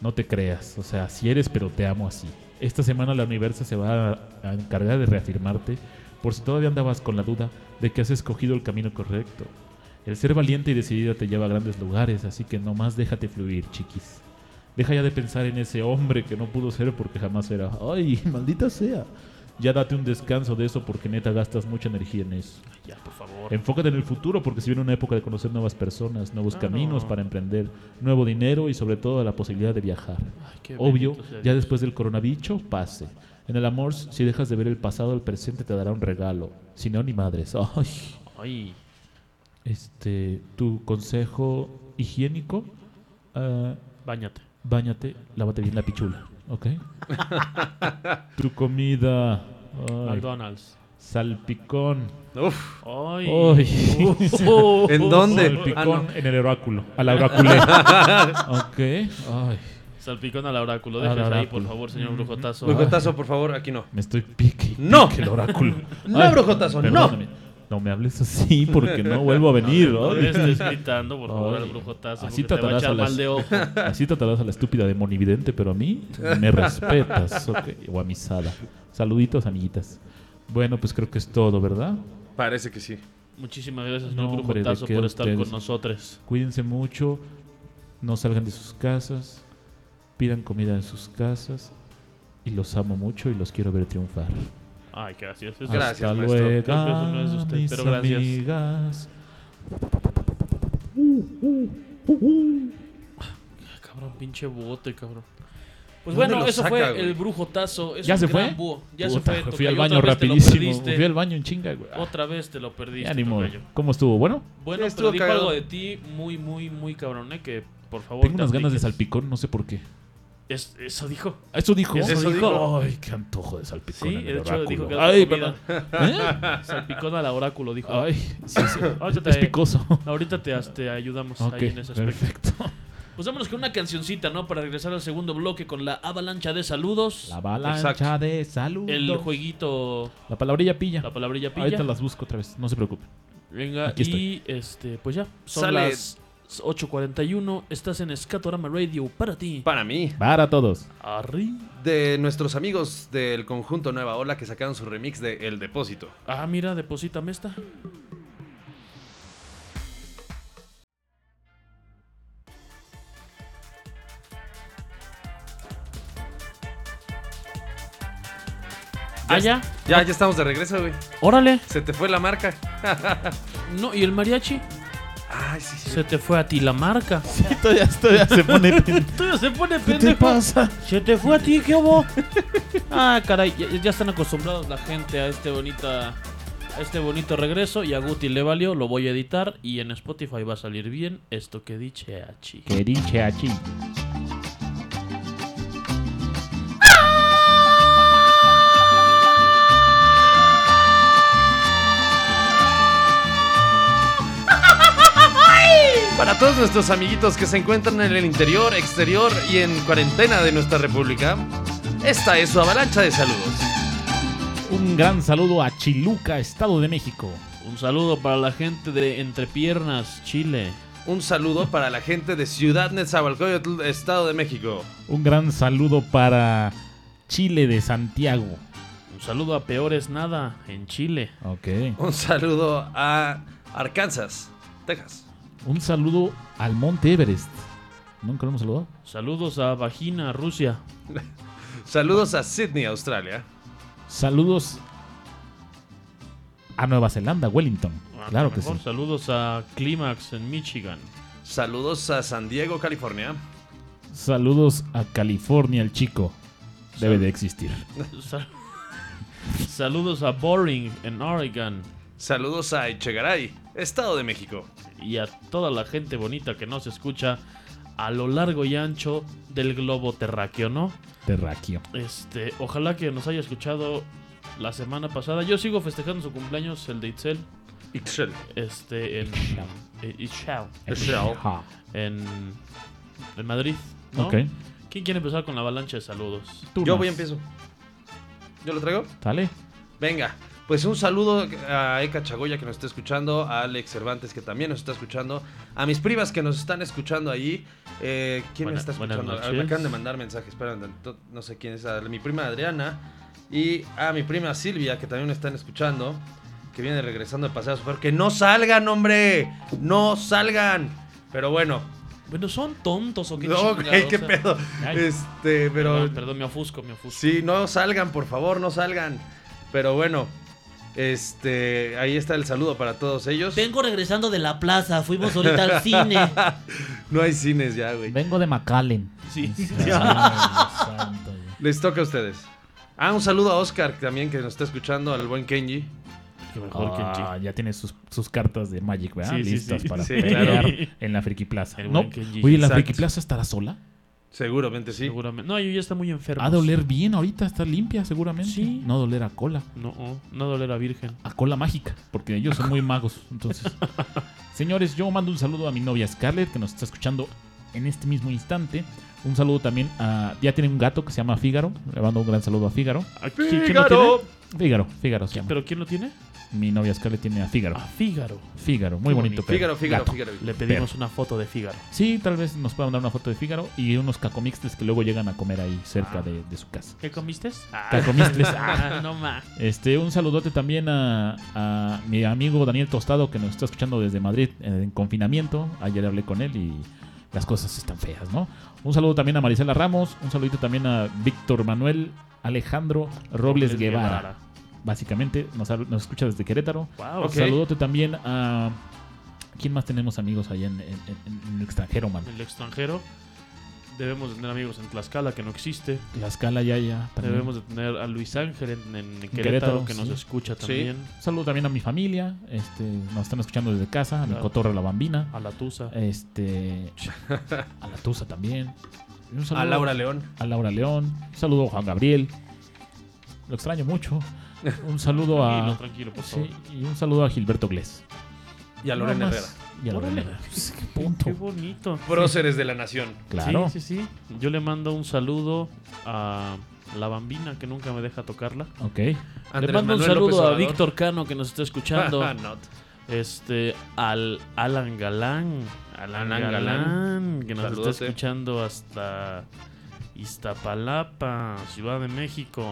C: No te creas, o sea, si eres, pero te amo así. Esta semana la universa se va a, a encargar de reafirmarte por si todavía andabas con la duda de que has escogido el camino correcto. El ser valiente y decidida te lleva a grandes lugares, así que nomás déjate fluir, chiquis. Deja ya de pensar en ese hombre que no pudo ser porque jamás era. ¡Ay, maldita sea! ya date un descanso de eso porque neta gastas mucha energía en eso.
B: Ya, por favor.
C: Enfócate en el futuro porque si viene una época de conocer nuevas personas, nuevos
B: Claro.
C: caminos para emprender, nuevo dinero y sobre todo la posibilidad de viajar.
B: Ay, qué
C: Obvio,
B: bendito sea
C: ya
B: Dios.
C: después del coronavirus, pase. En el amor, si dejas de ver el pasado, el presente te dará un regalo. Si no, ni madres. Ay.
B: Ay,
C: Este, tu consejo higiénico, ah,
B: báñate.
C: Báñate, lávate bien la pichula, ¿ok? tu comida, ay,
B: McDonald's.
C: salpicón.
D: Uf.
B: Ay.
C: Ay.
D: ¿En dónde? Ah,
C: Salpicón
D: no.
C: en el oráculo, a la oraculé. ok, ay,
B: Salpicón al oráculo.
C: Al
B: Déjalo ahí, por
C: oráculo.
B: favor, señor brujotazo.
D: Brujotazo, por favor, aquí no.
C: me estoy pique. y
D: ¡No!
C: pique El oráculo.
D: No,
C: Ay,
D: brujotazo,
C: perdóname. No me hables así porque no vuelvo a venir.
B: No
C: ay.
B: le estés gritando, por favor,
C: Ay.
B: al brujotazo.
C: Así
B: porque te va a
C: tratarás
B: echar
C: a las-
B: mal de ojo.
C: Así tratarás a la estúpida de monividente, pero a mí me respetas. ok, O a mi Sara. Saluditos, amiguitas. Bueno, pues creo que es todo, ¿verdad?
D: Parece que sí.
B: Muchísimas gracias, señor
C: No, hombre, ¿de
B: brujotazo,
C: qué
B: por estar
C: ustedes?
B: con nosotros.
C: Cuídense mucho. No salgan de sus casas. Pidan comida en sus casas. Y los amo mucho y los quiero ver triunfar.
B: Ay, gracias. Es-
D: Gracias.
C: Hasta
D: maestro.
B: Creo
C: luego,
B: que eso no es de usted,
C: mis
B: pero gracias.
C: amigas.
B: Cabrón, pinche bote, cabrón. Pues
D: ¿Dónde
B: bueno,
D: lo
B: eso
D: saca,
B: fue
D: güey?
B: el brujotazo. Es
C: ¿Ya
B: un
C: se
B: gran
C: fue?
B: búho. Ya
C: Puta,
B: se fue.
C: Fui al
B: tocayo, otra
C: baño
B: vez te lo
C: rapidísimo.
B: perdiste.
C: Fui al baño en chinga, güey. Ah,
B: Otra vez te lo perdiste.
C: Ya ni modo.
B: tocayo.
C: ¿Cómo estuvo? Bueno,
B: Bueno,
D: Sí,
B: pero
D: estuvo
B: dijo
D: cagado.
B: algo de ti muy, muy, muy cabrón, ¿eh? Que por favor.
C: tengo
B: te
C: unas ganas de
B: apliques.
C: salpicón, no sé por qué. Ah,
B: Es- eso dijo.
C: Eso dijo.
D: Eso Eso dijo. dijo.
C: Ay, qué antojo de salpicón.
B: Sí,
C: en
B: de
C: el
B: hecho dijo
C: oráculo.
B: que.
C: Ay,
B: comida.
C: perdón. ¿Eh?
B: Salpicón al oráculo, dijo.
C: Ay, sí, sí.
B: Ahorita
C: Es
B: te-
C: picoso.
B: Ahorita te, te ayudamos
C: Ok,
B: ahí en ese aspecto.
C: perfecto.
B: Pues vámonos con una cancioncita, ¿no? Para regresar al segundo bloque con la avalancha de saludos.
C: La avalancha
D: Exacto.
C: de salud.
B: el jueguito,
C: La palabrilla pilla.
B: la palabrilla pilla.
C: Ahorita las busco otra vez, no se preocupen.
B: Venga,
C: Aquí
B: y este, pues ya. Son
D: Sale.
B: las 8.41. Estás en Escatorama Radio para ti.
D: Para mí.
C: Para todos.
B: Arri.
D: De nuestros amigos del conjunto Nueva Ola que sacaron su remix de El Depósito.
B: Ah, mira, deposítame esta. Ah, ya.
D: Ya, ya estamos de regreso, güey.
B: Órale.
D: Se te fue la marca.
B: No, ¿y el mariachi?
D: Ay, sí, sí.
B: Se te fue a ti la marca.
C: todavía, todavía se pone.
B: Todavía se pone
C: ¿Qué te
B: pendejo.
C: pasa?
B: Se te fue a ti, ¿qué hubo? ah, caray, ya, ya están acostumbrados la gente a este bonita a este bonito regreso y a Guti le valió, lo voy a editar y en Spotify va a salir bien esto que dije a chi.
C: Que dice aquí.
D: Para todos nuestros amiguitos que se encuentran en el interior, exterior y en cuarentena de nuestra república, esta es su avalancha de saludos.
C: Un gran saludo a Chiluca, Estado de México.
B: Un saludo para la gente de Entrepiernas, Chile.
D: Un saludo para la gente de Ciudad Nezahualcóyotl, Estado de México.
C: Un gran saludo para Chile de Santiago.
B: Un saludo a Peores Nada en Chile.
C: Ok.
D: Un saludo a Arkansas, Texas.
C: Un saludo al Monte Everest. Nunca lo hemos saludado.
B: Saludos a Vagina, Rusia.
D: Saludos a Sydney, Australia.
C: Saludos a Nueva Zelanda, Wellington.
B: A lo
C: Claro que sí.
B: Ah, mejor Saludos a Climax en Michigan.
D: Saludos a San Diego, California.
C: Saludos a California, el chico. Debe de existir.
B: Sal- saludos a Boring en Oregon.
D: Saludos a Echegaray, Estado de México.
B: y a toda la gente bonita que nos escucha a lo largo y ancho del globo terráqueo, ¿no?
C: Terráqueo.
B: Este, ojalá que nos haya escuchado la semana pasada. Yo sigo festejando su cumpleaños, el de Itzel,
D: Ixchel.
B: este, en
C: Itzel.
B: eh, Itzel,
D: Itzel.
C: Ja.
B: en, en Madrid, ¿no?
C: Ok.
B: ¿Quién quiere empezar con la avalancha de saludos?
C: Tú
D: Yo
C: más.
D: voy a empiezo. ¿Yo lo traigo?
C: Dale.
D: Venga, pues un saludo a Eka Chagoya que nos está escuchando, a Alex Cervantes que también nos está escuchando, a mis primas que nos están escuchando allí. Eh, ¿Quién
B: Buena-
D: me está
B: buenas
D: escuchando? Ah,
B: noches.
D: Me acaban de mandar mensajes, esperen, to- no sé quién es, a mi prima Adriana y a mi prima Silvia que también nos están escuchando, que viene regresando de paseo a su perro. ¡Que no salgan, hombre! ¡No salgan! Pero bueno,
B: Bueno, son tontos o Oh, qué
D: no,
B: chingados,
D: güey, qué
B: o sea.
D: pedo.
B: Ay.
D: Este, pero
B: Perdón, perdón, me ofusco, me ofusco.
D: Sí, no salgan, por favor, no salgan. Pero bueno, este, ahí está el saludo para todos ellos.
E: Vengo regresando de la plaza, fuimos ahorita al cine.
D: No hay cines ya, güey.
C: Vengo de McAllen.
B: Sí.
C: Ay, santo, güey.
D: Les toca a ustedes. Ah, un saludo a Oscar también que nos está escuchando, al buen Kenji.
B: Que mejor que en
C: Ah, ya tiene sus, sus cartas de Magic, ¿verdad?
B: Sí, sí,
C: Listas
B: sí.
C: para
D: Sí,
C: pelear
B: claro.
C: en la Friki Plaza.
B: El
C: No,
B: buen Kenji.
C: oye, ¿la
D: Exacto.
C: Friki Plaza estará sola?
D: Seguramente sí.
B: Seguramente. No, yo ya está muy enfermo.
C: Ha de oler bien ahorita, está limpia seguramente.
B: pues Sí.
C: No doler a cola.
B: No, oh, no doler a virgen.
C: A cola mágica, porque ellos son muy magos. Entonces, señores, yo mando un saludo a mi novia Scarlett, que nos está escuchando en este mismo instante. Un saludo también a. Ya tiene un gato que se llama Fígaro. Le mando un gran saludo a Fígaro.
B: ¿A qui- quién lo
D: ¡Fígaro!
B: tiene?
C: Fígaro, Fígaro se llama.
B: ¿Pero quién lo tiene?
C: Mi novia Scarlett tiene a Fígaro.
B: A Fígaro.
C: Fígaro, muy
B: qué bonito.
C: bonito. perro.
D: Fígaro, Fígaro,
C: Gato.
D: Fígaro.
B: Le pedimos una foto de Fígaro.
C: Sí, tal vez nos puedan dar una foto de Fígaro y unos cacomixtles que luego llegan a comer ahí cerca de, de su casa.
B: ¿Qué comiste?
C: Cacomixtles.
B: Ah, no más.
C: Este, un saludote también a, a mi amigo Daniel Tostado que nos está escuchando desde Madrid en, en confinamiento. Ayer hablé con él y las cosas están feas, ¿no? Un saludo también a Marisela Ramos, un saludito también a Víctor Manuel Alejandro Robles, Guevara. Ah, Básicamente, nos, hab- nos escucha desde Querétaro.
B: Wow,
D: Ok.
C: Un saludote también a... ¿Quién más tenemos amigos allá en, en- en- en el extranjero, man?
B: En el extranjero. Debemos de tener amigos en Tlaxcala, que no existe.
C: Tlaxcala, ya, ya. también.
B: Debemos de tener a Luis Ángel en, en Querétaro,
C: Querétaro,
B: que
C: sí.
B: nos escucha
D: Sí.
B: también.
C: Un saludo también a mi familia. Este, nos están escuchando desde casa. A mi
B: Claro.
C: cotorra la bambina.
B: A la
D: Ah.
B: Tusa.
C: Este. A la Tusa también. Y un saludo
D: A Laura León.
C: a Laura León. Un saludo a Juan Gabriel. Lo extraño mucho. Un saludo
B: tranquilo,
C: a.
B: tranquilo, por favor.
C: Sí, y un saludo a Gilberto Glés.
D: Y a Lorena
C: Nada
D: Herrera.
C: más. Y a Lorena
B: Órale.
C: Herrera. Pues,
B: Qué
C: qué punto.
B: bonito.
D: Próceres de la nación.
C: Claro.
B: Sí, sí, sí. Yo le mando un saludo a la bambina que nunca me deja tocarla.
C: Ok.
B: le
D: Andrés
B: mando un
D: Manuel López
B: saludo a
D: Obrador.
B: Víctor Cano que nos está escuchando.
D: Ah, not.
B: este, al Alan Galán. Alan,
D: Alan
B: Galán,
D: Galán.
B: que nos
D: Saludote.
B: está escuchando hasta Iztapalapa, Ciudad de México.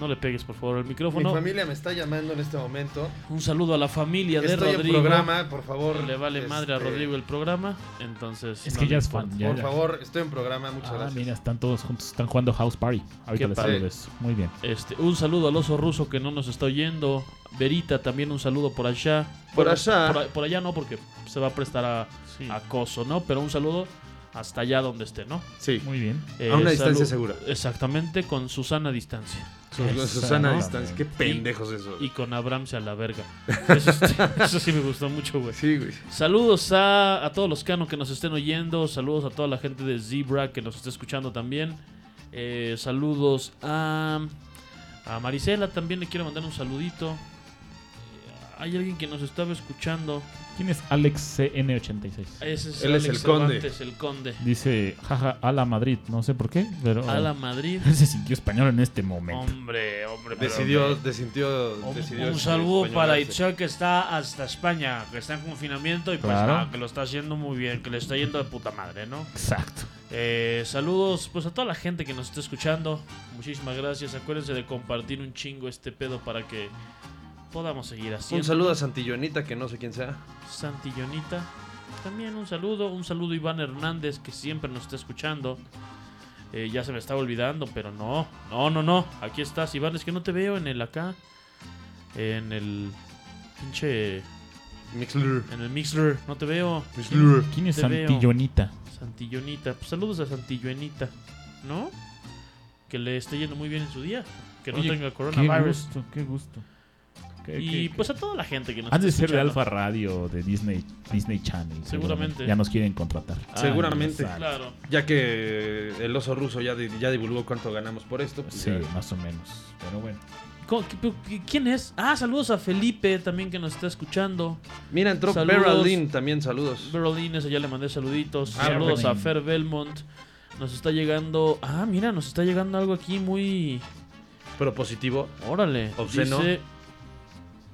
B: No le pegues, por favor, el
D: Mi
B: micrófono.
D: familia me está llamando en este momento.
B: Un saludo a la familia de
D: Estoy en
B: Rodrigo.
D: programa, por favor.
B: Le vale madre a
D: este,
B: Rodrigo el programa, entonces.
C: Es
B: no
C: que
B: le
C: ya es
B: importa.
C: fan. ya-
D: Por
C: ya.
D: favor, estoy en programa, muchas
C: Ah,
D: gracias.
C: mira, están todos juntos. Están jugando House Party. Ahorita
B: Qué
C: les
D: padre.
C: hablo de eso. Muy bien.
B: Este, un saludo al oso ruso que no nos está oyendo. Verita, también un saludo por allá.
D: Por allá.
B: Por, a- por allá no, porque se va a prestar a
C: Sí.
B: a acoso, ¿no? Pero un saludo hasta allá donde esté, ¿no?
D: Sí.
C: Muy bien.
B: Eh,
D: una
B: salu-
D: distancia segura.
B: Exactamente, con Susana a distancia.
D: Sus-
C: Exactamente.
D: Susana Distancia, qué pendejos esos.
B: Y con Abramse a la verga. Eso, eso sí me gustó mucho, güey.
D: Sí, güey.
B: Saludos a, a todos los canos que nos estén oyendo. Saludos a toda la gente de Zebra que nos está escuchando también. Eh, saludos a, a Marisela también. Le quiero mandar un saludito. Eh, hay alguien que nos estaba escuchando.
C: ¿Quién es Alex CN86?
B: Ese es
D: Él es
B: Alex
D: el conde.
B: Cervantes, el conde.
C: Dice, jaja, a la Madrid. No sé por qué, pero.
B: A la Madrid.
C: Él se sintió español en este momento.
B: Hombre, hombre. pero-
D: Decidió, desintió, decidió. este
B: un saludo para
D: españolarse.
B: Itzel que está hasta España, que está en confinamiento y pues
C: Claro.
B: nada, que lo está haciendo muy bien, que le está yendo de puta madre, ¿no?
C: Exacto.
B: Eh, saludos pues a toda la gente que nos está escuchando. Muchísimas gracias. Acuérdense de compartir un chingo este pedo para que podamos seguir haciendo.
D: Un saludo a Santillonita, que no sé quién sea.
B: Santillonita. También un saludo. Un saludo a Iván Hernández que siempre nos está escuchando. Eh, ya se me estaba olvidando, pero no. No, no, no. Aquí estás, Iván. Es que no te veo en el acá. En el pinche...
D: Mixler.
B: En el Mixler. No te veo.
D: Mixler.
C: ¿Quién es
B: Te veo.
C: Santillonita?
B: Santillonita. Pues saludos a Santillonita, ¿no? Que le esté yendo muy bien en su día. Que no
C: Oye,
B: tenga
C: Qué
B: coronavirus.
C: gusto, qué gusto. Qué-
B: Y
C: qué-
B: pues a toda la gente que nos
C: Han de
B: está
C: ser de
B: escuchando.
C: Alfa Radio, de Disney, Disney Channel.
B: Seguramente.
C: Ya nos quieren contratar.
B: Ah,
D: Seguramente.
C: exacto.
B: Claro.
D: Ya que el oso ruso ya, di- ya divulgó cuánto ganamos por esto. pues
C: Sí,
D: ya.
C: más o menos. Pero bueno.
B: ¿Cómo- qué- pero qué- ¿Quién es? Ah, saludos a Felipe también que nos está escuchando.
D: Mira, entró
B: Saludos.
D: Beraldine también, saludos.
B: Berolines, ya le mandé saluditos.
D: Ah,
B: saludos a
C: Berolín.
B: Fer Belmont. Nos está llegando. Ah, mira, nos está llegando algo aquí muy.
D: Pero positivo.
B: Órale.
D: Obsceno.
B: Dice,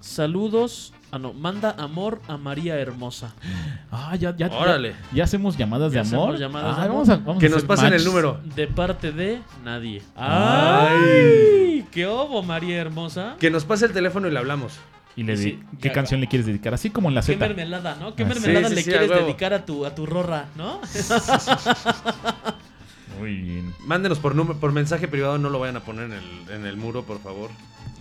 B: Saludos. Ah, no. Manda amor a María Hermosa.
C: Ah, ya, ya,
D: Órale.
C: ya, ya hacemos llamadas
B: Ya
C: de
B: hacemos
C: amor.
B: llamadas
C: Ah,
B: de amor.
C: vamos a- vamos
D: Que
C: a
D: nos
C: hacer
D: pasen el
C: match.
D: número.
B: De parte de nadie.
D: Ay.
B: ¡Ay! ¡Qué obo, María Hermosa!
D: Que nos pase el teléfono y le hablamos.
C: Y le
B: Y sí,
C: di- ¿Qué
B: ya-
C: canción le quieres dedicar? Así como en la
B: Qué
C: Z.
B: mermelada, ¿no? ¿Qué
C: Ah, sí,
B: mermelada
D: sí,
B: le
D: sí, a
B: quieres
D: huevo.
B: dedicar a tu, a tu rorra, no?
C: Muy bien.
D: Mándenos por, número- por mensaje privado, no lo vayan a poner en el, en el muro, por favor.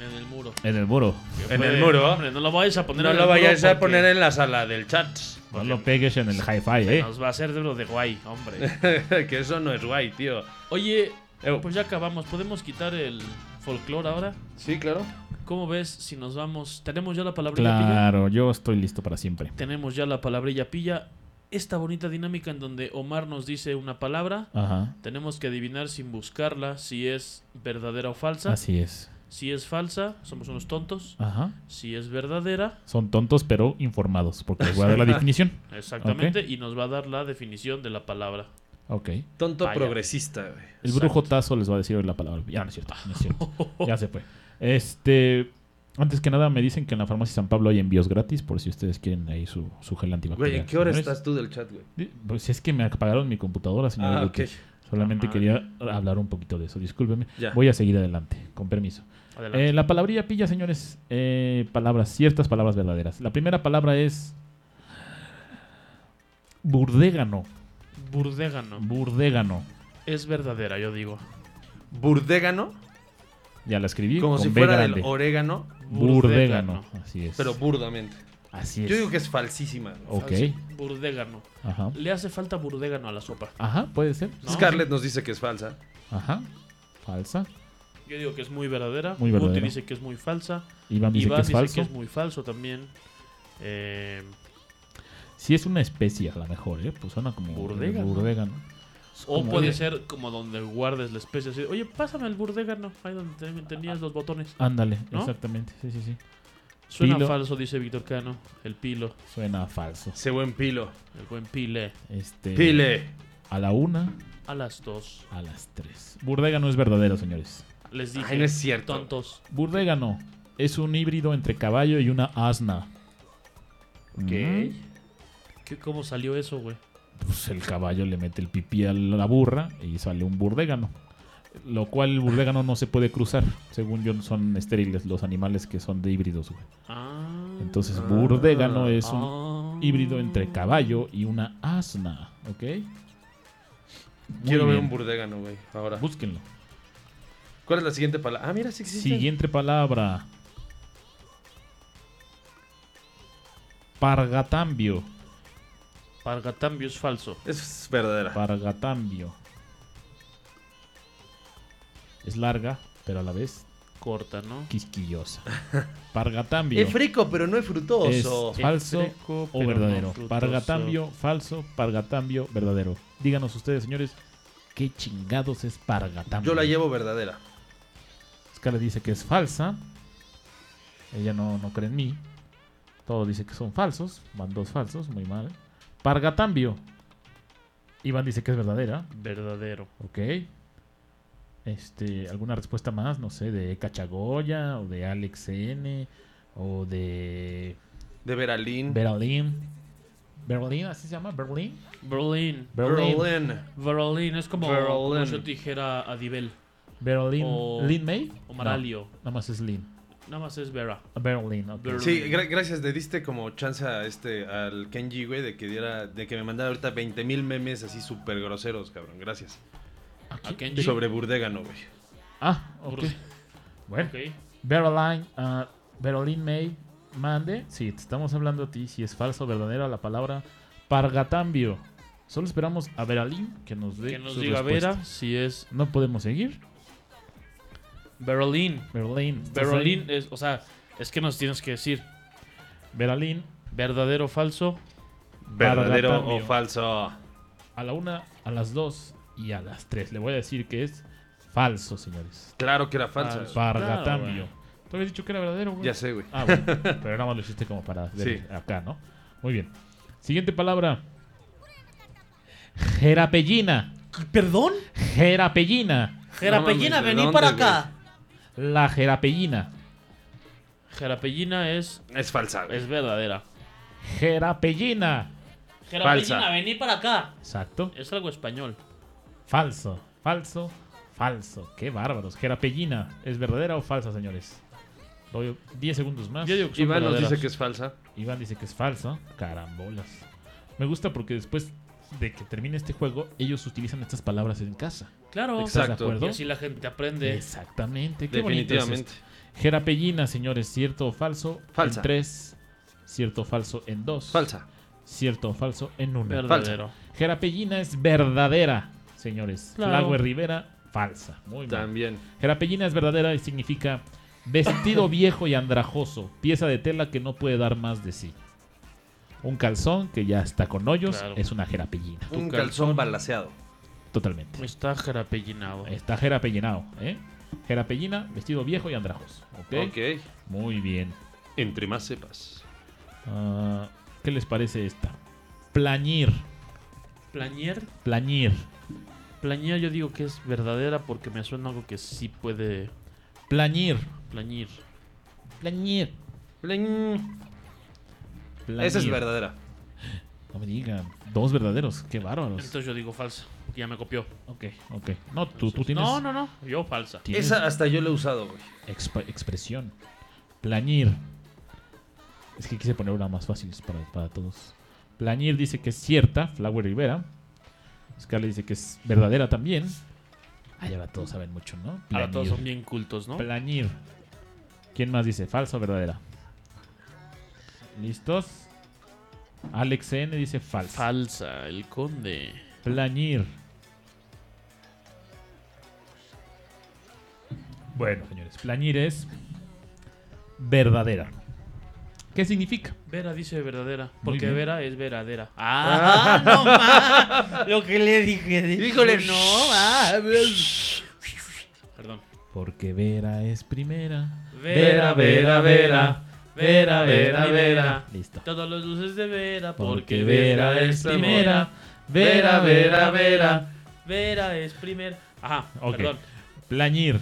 B: en el muro.
C: En el muro.
B: Que
D: En el muro.
B: Hombre, no lo vayas a poner
D: No
B: en
D: lo
B: el muro
D: vayas a
B: porque
D: poner en la sala del chat.
C: No lo pegues en el hi-fi, eh.
B: Nos va a hacer de lo de guay, hombre.
D: que eso no es guay, tío. Eh,
B: Oye,
D: Ew.
B: pues ya acabamos. ¿Podemos quitar el folclore ahora?
D: Sí, claro.
B: ¿Cómo ves si nos vamos? ¿Tenemos ya la palabrilla pilla?
C: Claro, yo estoy listo para siempre.
B: Tenemos ya la palabrilla pilla. Esta bonita dinámica en donde Omar nos dice una palabra.
C: Ajá.
B: Tenemos que adivinar sin buscarla si es verdadera o falsa.
C: Así Ah. es.
B: Si es falsa, somos unos tontos.
C: Ajá.
B: Si es verdadera,
C: Son tontos pero informados, porque les voy a dar la definición.
B: exactamente, y nos va a dar la definición de la palabra.
C: Ok.
D: Tonto
B: Vaya.
D: progresista, güey.
C: El brujo Tazo les va a decir hoy la palabra. Ya no es cierto, no es cierto. Ya se fue. Este, antes que nada me dicen que en la farmacia San Pablo hay envíos gratis por si ustedes quieren ahí su, su gel antibacterial.
D: Güey, ¿en qué hora
C: ¿No es?
D: estás tú del chat, güey?
C: Di- Pues es que me apagaron mi computadora, señor.
D: Ah,
C: Guti.
D: ok.
C: Solamente
B: Ah, madre.
C: quería hablar un poquito de eso. Discúlpeme.
D: Ya.
C: Voy a seguir adelante, con permiso.
B: Adelante.
C: Eh, la palabrilla pilla, señores. eh, palabras, ciertas palabras verdaderas. La primera palabra es burdégano.
B: Burdégano.
C: Burdégano.
B: Es verdadera, yo digo.
D: Burdégano,
C: Ya la escribí.
D: como
C: con
D: si
C: B
D: fuera
C: grande.
D: del orégano,
C: Burdégano. Así es.
D: pero burdamente.
C: Así es.
D: Yo digo que es falsísima. güey.
C: Ok.
B: Burdégano.
C: Ajá.
B: Le hace falta burdégano a la sopa.
C: Ajá, puede ser.
B: ¿no?
D: Scarlett nos dice que es falsa.
C: Ajá. Falsa.
B: Yo digo que es muy verdadera.
C: Muy
B: Guti
C: verdadera.
B: dice que es muy falsa.
C: Iván dice
B: Iván
C: que es
B: dice
C: falso.
B: que es muy falso también. Eh,
C: Si es una especie, a lo mejor, ¿eh? Pues suena como.
B: Burdégano.
C: Burdégano. Es
B: o
C: como-
B: puede
C: oye,
B: ser como donde guardes la especie. así, Oye, pásame el burdégano. Ahí donde ten- tenías los botones.
C: Ándale,
B: ¿No?
C: exactamente. Sí, sí, sí.
B: Suena
C: Pilo.
B: falso, dice Víctor Cano. El pilo.
C: Suena falso.
D: Ese buen pilo.
B: El buen pile.
C: Este.
D: Pile.
C: A la una,
B: A las dos.
C: a las tres. Burdégano es verdadero, señores.
B: Les dije.
D: Ay, no es cierto.
B: Tontos.
C: Burdégano es un híbrido entre caballo y una asna.
D: Ok.
C: Mm.
B: ¿Qué- ¿Cómo salió eso, güey?
C: pues el caballo le mete el pipí a la burra y sale un burdégano. Lo cual el burdégano no se puede cruzar. Según yo, son estériles los animales que son de híbridos, güey.
B: Ah.
C: Entonces, burdégano es un
B: ah.
C: híbrido entre caballo y una asna, ¿ok? Muy
D: Quiero ver
C: bien.
D: un burdégano, güey. Ahora.
C: Búsquenlo.
D: ¿Cuál es la siguiente palabra? Ah, mira, sí existe.
C: Siguiente palabra. Pargatambio.
B: Pargatambio es falso.
D: Es verdadera.
C: Pargatambio. Es larga, pero a la vez
B: Corta, ¿no?
C: quisquillosa. Pargatambio.
D: Es frico, pero no es frutoso.
C: Es falso
B: Efreco,
C: o
B: pero
C: verdadero.
B: no frutoso.
C: pargatambio, falso, pargatambio, verdadero. Díganos ustedes, señores, ¿qué chingados es pargatambio?
D: Yo la llevo verdadera.
C: Scala dice que es falsa. Ella no, no cree en mí. Todo dice que son falsos. Van dos falsos, muy mal. Pargatambio. Iván dice que es verdadera.
B: Verdadero.
C: Ok. Este, ¿alguna respuesta más? No sé, de Cachagoya o de Alex N o de
D: De Beralín.
C: Berlín. Berlín, así se llama, Berlín.
B: Berlín.
C: Berlín.
D: Berlín.
B: Berlín es como,
D: Berlín.
B: como yo te dijera Adibel
C: Berlín.
B: O-
C: ¿Lin May?
B: o Maralio.
C: No, nada más es Lin.
B: Nada más es Vera.
C: Berlín, ok.
B: Berlín.
D: Sí, gra- gracias. Le diste como chance a este, al Kenji, güey, de que diera, de que me mandara ahorita 20 mil memes así súper groseros, cabrón. Gracias.
B: A
C: Aquí.
B: Ah, Kenji.
D: Sobre Burdégano, güey.
C: Ah, ok.
B: Bur-
C: Bueno,
B: Ok.
C: Berlín, ah, Berlín May, mande. Sí, te estamos hablando a ti, si es falso o verdadera la palabra pargatambio. Solo esperamos a Berlín que nos dé
B: Que nos
C: su
B: diga
C: respuesta.
B: Vera si es
C: No podemos seguir.
B: Berlín.
C: Berlín. ¿estás ahí?
B: Berlín es, o sea, es que nos tienes que decir
C: Berlín.
B: verdadero o falso.
D: ¿Verdadero o
C: Pargatambio.
D: falso?
C: A la una, a las dos y a las tres. Le voy a decir que es falso, señores.
D: Claro que era falso. Ah,
B: Falso.
C: Pargatambio.
B: Claro,
C: Tú habías dicho que era verdadero, güey.
D: Ya sé, güey.
C: Ah, bueno. Pero nada más lo hiciste como para ver
D: Sí.
C: acá, ¿no? Muy bien. Siguiente palabra. Jerapellina.
E: ¿Perdón?
C: Jerapellina.
E: Jerapellina,
D: mames, ¿de
E: vení
D: dónde,
E: para acá.
C: La jerapellina.
B: Jarapellina es,
D: Es falsa, güey.
B: es verdadera.
C: Jerapellina.
B: Jarapellina,
D: Falsa.
B: vení para acá.
C: Exacto.
B: Es algo español.
C: Falso. Falso. Falso. Qué bárbaros. Jerapellina. ¿Es verdadera o falsa, señores? Doy 10 segundos más.
B: Yo digo que son
D: Iván nos
B: verdaderas.
D: dice que es falsa.
C: Iván dice que es falso. Carambolas. Me gusta porque después de que termine este juego, ellos utilizan estas palabras en casa.
B: Claro.
C: ¿Estás de
D: Oh. Exacto.
C: acuerdo?
B: Y así la gente aprende.
C: Exactamente. Qué bonito es
D: Definitivamente.
C: esto. Jerapellina, señores, ¿cierto o falso?
D: Falsa.
C: En tres. ¿Cierto o falso? En dos.
D: Falsa.
C: ¿Cierto o falso? En una.
B: Verdadero.
C: Jerapellina es verdadera, señores.
B: Claro.
C: Flagüe Rivera, falsa. Muy bien.
D: También.
C: Jerapellina es verdadera y significa vestido viejo y andrajoso, pieza de tela que no puede dar más de sí. Un calzón que ya está con hoyos
B: Claro.
C: es una jerapellina.
B: calzón.
D: Un calzón balaseado.
C: Totalmente.
B: Está jarapellinado.
C: Está jerapellinado, ¿eh? Jerapellina, vestido viejo y andrajoso. ¿Ok?
D: Ok.
C: Muy bien.
D: Entre más sepas.
C: Ah, ¿Qué les parece esta? Plañir.
B: Plañer.
C: Plañir.
B: Plañer yo digo que es verdadera porque me suena algo que sí puede
C: Plañir.
B: plañir.
C: Plañir. Plañir.
D: Esa es verdadera.
C: No me digan. Dos verdaderos. Qué bárbaros.
B: Entonces yo digo falsa. porque Ya me copió.
C: Ok, ok. No, tú, tú tienes.
B: No, no, no. Yo falsa.
C: tienes
D: Esa hasta yo la he usado, güey.
C: exp- expresión. Plañir. Es que quise poner una más fácil para, para todos. Plañir dice que es cierta. Flower Rivera. Scarlett dice que es verdadera también. Ay, ahora todos saben mucho, ¿no?
B: Ahora Ah, todos son
C: Plañir.
B: bien cultos, ¿no?
C: Plañir. ¿Quién más dice? ¿Falsa o verdadera? ¿Listos? Alex N dice falsa.
B: Falsa, el conde.
C: Plañir. Bueno, señores, plañir es verdadera. ¿Qué significa?
B: Vera dice verdadera.
C: Muy
B: Porque
C: bien.
B: Vera es veradera. Ah,
E: Ah, no más. Lo que le dije.
D: Híjole.
E: No mames.
B: perdón.
C: Porque Vera es primera.
B: Vera, Vera, Vera. Vera, Vera, Vera.
C: Listo.
B: Todos los luces de Vera.
C: Porque Vera es primera.
B: Vera, Vera, Vera. Vera es primera. Ajá,
C: Ok.
B: perdón.
C: Plañir.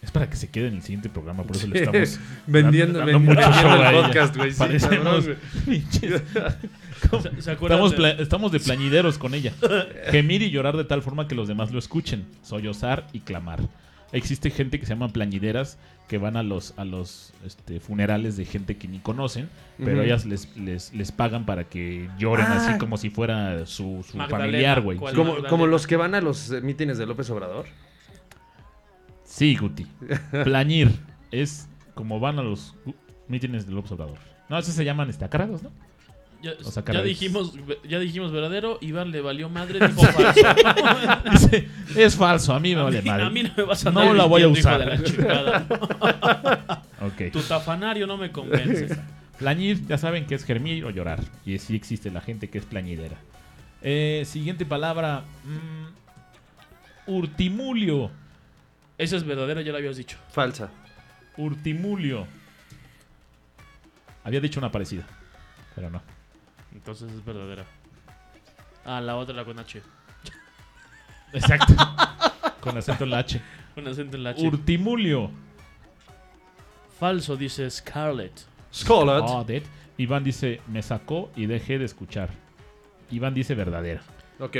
C: Es para que se quede en el siguiente programa, por eso le
D: Sí.
C: estamos
D: Vendiendo,
C: dando
D: vendiendo,
C: mucho show
D: vendiendo
C: a
D: el
C: ella.
D: podcast, güey. Sí,
C: Parecemos
D: cabrón, güey.
C: pinches-
B: ¿Se- se acuerdan
C: Estamos,
B: de-
C: pla- estamos de plañideros con ella. Gemir y llorar de tal forma que los demás lo escuchen. Sollozar y clamar. Existe gente que se llama plañideras que van a los, a los este, funerales de gente que ni conocen, pero
D: Ujú.
C: ellas les, les, les pagan para que lloren
D: Ah.
C: así como si fuera su, su
B: Magdalena,
C: familiar, güey.
B: ¿cuál?
D: Como, como los que van a los eh, mítines de López Obrador.
C: Sí, Guti. Plañir es como van a los uh, mítines del observador. No, esos se llaman este, acarados, ¿no?
B: Ya,
C: O sea,
B: ya
C: caray.
B: dijimos, ya dijimos verdadero, Iván le valió madre, dijo falso.
C: Dice, es falso, a mí me vale
B: a, mí,
C: madre.
B: a mí no me vas a
C: No
B: andar
C: la voy a
B: mintiendo, hijo
C: usar.
B: de la chingada.
C: Ok.
B: Tu tafanario no me convence.
C: Plañir, ya saben que es germir o llorar. Y sí existe la gente que es plañidera. Eh, siguiente palabra. mm, urtimulio.
B: Esa es verdadera, ya la habías dicho.
D: Falsa.
C: Urtimulio. Había dicho una parecida. Pero no.
B: Entonces es verdadera. Ah, la otra la con H.
C: Exacto. Con acento en la H.
B: Con acento en la H.
C: Urtimulio.
B: Falso, dice Scarlett.
D: Scarlet.
C: Joder. Oh, Iván dice, me sacó y dejé de escuchar. Iván dice verdadera.
D: Ok.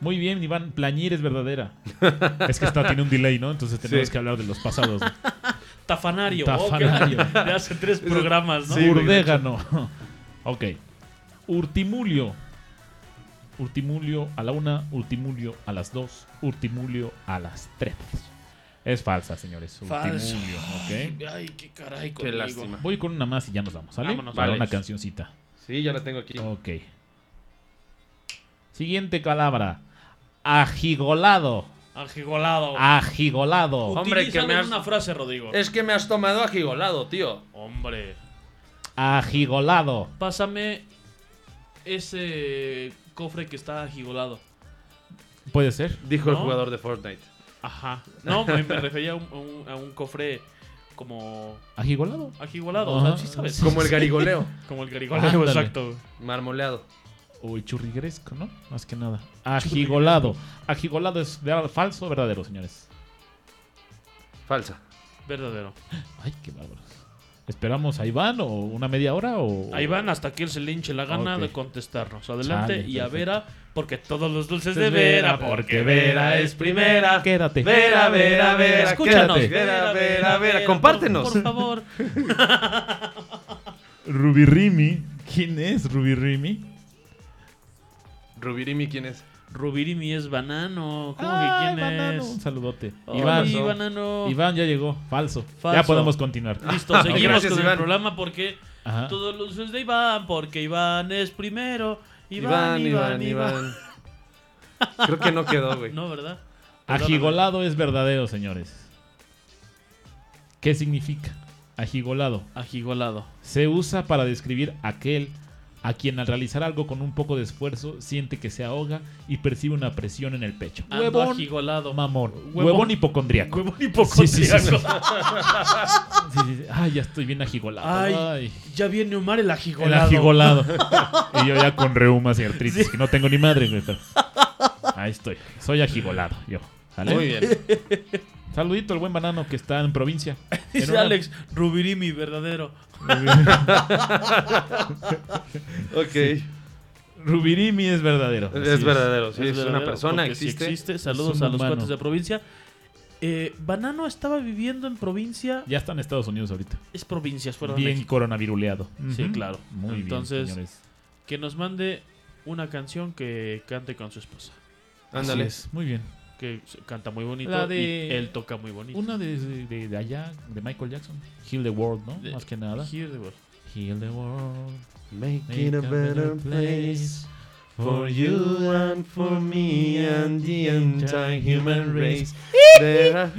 C: Muy bien, Iván, plañir es verdadera. es que está, tiene un delay, ¿no? Entonces tenemos
D: Sí.
C: que hablar de los pasados. ¿no?
B: Tafanario.
C: Tafanario.
B: Oh, que- de hace tres programas, ¿no?
D: Sí, güey.
C: Urdégano. ok. Urtimulio. Urtimulio a la una, Urtimulio a las dos, Urtimulio a las tres. Es falsa, señores.
B: Falso.
C: Urtimulio, ok.
B: Ay, qué caray
D: Qué
B: conmigo.
D: lástima.
C: Voy con una más y ya nos vamos, ¿sale?
B: Vámonos,
C: Para
B: vale.
C: una cancioncita.
D: Sí, ya la tengo aquí.
C: Ok. Siguiente palabra. Ajigolado.
B: Ajigolado.
C: Ajigolado.
D: Hombre,
B: Utilízalo
D: que me
B: en
D: has-
B: una frase, Rodrigo.
D: Es que me has tomado agigolado, tío.
B: Hombre.
C: Ajigolado.
B: Pásame ese cofre que está ajigolado.
C: Puede ser.
D: Dijo el
B: ¿No?
D: jugador de Fortnite.
B: Ajá. No, me, me refería a un, a un- a un cofre como
C: Ajigolado.
B: ajigolado. O sea,
C: Ajá.
B: sí sabes.
D: Como el garigoleo.
B: Como el garigoleo,
C: Ándale.
B: exacto.
D: Marmoleado.
C: O churrigresco, ¿no? Más que nada. Ajigolado. Ajigolado es de- falso o verdadero, señores.
D: Falsa.
B: Verdadero.
C: Ay, qué bárbaros. ¿Esperamos a Iván o una media hora o...?
B: Ahí van hasta que él se le hinche la gana
C: Ok.
B: de contestarnos. Adelante
C: Chale,
B: y a
C: perfecto.
B: Vera, porque todos los dulces
C: Es
B: de Vera, porque Vera es primera.
C: Quédate.
D: Vera, Vera, Vera.
B: Escúchanos.
C: quédate.
D: Vera, Vera, Vera. Compártenos.
B: Por, por favor.
C: Rubirimi. ¿Quién es Rubirimi?
D: Rubirimi, ¿quién es?
B: Rubirimi es banano. ¿Cómo
C: Ay,
B: que quién
C: banano, Un
B: es?
C: saludote.
B: Ay,
C: Iván,
B: banano.
C: Iván ya llegó. Falso. Ya
B: Falso.
C: podemos continuar.
B: Listo,
D: Ok,
B: seguimos
D: gracias,
B: con
D: Iván.
B: el programa porque
C: Ajá.
B: todos los es de Iván, porque Iván es primero. Iván,
D: Iván, Iván, Iván. Creo que no quedó, güey.
B: No, ¿verdad? Perdóname.
C: Ajigolado es verdadero, señores. ¿Qué significa? Ajigolado.
B: Ajigolado.
C: Se usa para describir aquel a quien al realizar algo con un poco de esfuerzo siente que se ahoga y percibe una presión en el pecho.
B: Ando
C: Huevón,
B: ajigolado.
C: mamón.
B: Huevón.
C: Huevón, hipocondriaco.
B: Huevón
C: Sí, sí, sí, sí.
B: hipocondriaco.
C: Sí, sí, sí. Ay, ya estoy bien ajigolado.
B: Ay,
C: Ay,
B: Ya viene Omar el
C: el
B: ajigolado.
C: ajigolado. y yo ya con reumas y artritis, que no tengo ni madre, güey, pero- Ahí estoy. Soy ajigolado, yo. ¿Sale?
D: Muy bien.
C: Saludito al buen banano que está en provincia. En
B: Dice
C: una-
B: Alex, Rubirimi, verdadero.
D: Ok.
C: Rubirimi es verdadero. Así
D: Es verdadero, sí, es, una
B: verdadero,
D: persona,
B: porque sí
D: existe.
B: existe. Saludos
C: Es un
B: a los
C: humano.
B: cuates de provincia. Eh, Banano estaba viviendo en provincia.
C: Ya está en Estados Unidos ahorita.
B: Es provincias fuera de
C: bien
B: México.
C: coronaviruleado.
B: Sí,
C: Ujú.
B: claro.
C: Muy
B: Entonces,
C: bien, señores.
B: Que nos mande una canción que cante con su esposa.
D: Ándale.
C: Así es, Muy bien.
B: Que s- canta muy bonito
C: La de-
B: y él toca muy bonito.
C: Una de, de- de allá, de Michael Jackson. Heal the World, ¿no?
B: De-
C: Más que nada.
B: Here they were.
C: Heal the World.
D: Making a better place for you and for me and the entire human race. There are-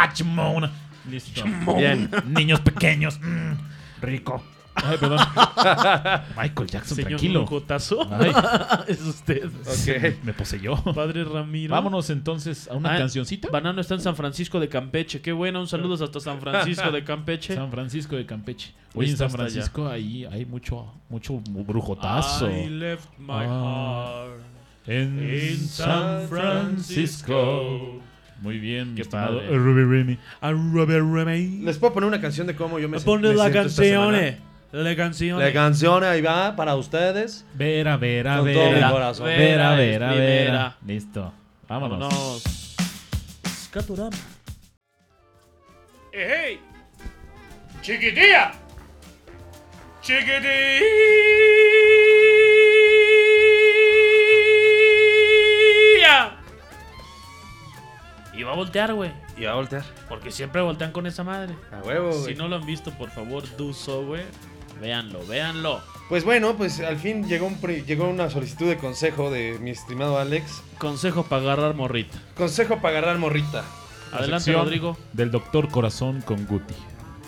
C: ¡Ah, chimona! Listo.
D: Bien.
C: Niños pequeños. mm, rico. Ay, perdón. Michael Jackson,
B: Señor
C: tranquilo.
B: Jotazo.
C: Ay.
B: es usted.
D: Ok.
C: Me poseyó.
B: Padre Ramiro.
C: Vámonos entonces a una
B: Ah,
C: cancioncita.
B: Banano está en San Francisco de Campeche. Qué bueno. Un saludo hasta San Francisco de Campeche.
C: San Francisco de Campeche. Oye, en
B: Listo,
C: San
B: hasta
C: Francisco ahí hay mucho, mucho brujotazo.
B: I left my
C: Ah.
B: heart
C: En,
B: in San
C: San
B: Francisco.
C: Francisco. Muy bien, mi
B: Qué
C: estimado
B: padre.
C: Ruby Remy.
B: A Robert Remain.
D: Les puedo poner una canción de cómo yo me, sen-
B: Ponle
D: me
B: la
D: siento esta
B: canción. eh.
D: semana.
B: La canción.
D: La canción ahí va para ustedes.
C: Vera, vera,
D: Con todo mi
C: vera.
D: corazón.
C: Vera,
B: Vera es
C: vera,
B: primera.
C: vera. Listo. Vámonos.
B: Vámonos. Escatorama. ¡Ey! ¡Chiquitía! ¡Chiquitía! Y va a voltear, güey.
D: Y va a voltear.
B: Porque siempre voltean con esa madre.
D: A huevo,
B: Si
D: güey.
B: no lo han visto, por favor, do so, güey. Véanlo, véanlo.
D: Pues bueno, pues al fin llegó, un pri- llegó una solicitud de consejo de mi estimado Alex.
B: Consejo para agarrar morrita.
D: Consejo para agarrar morrita.
C: La
B: Adelante,
C: sección
B: Rodrigo.
C: Del Doctor Corazón con Guti.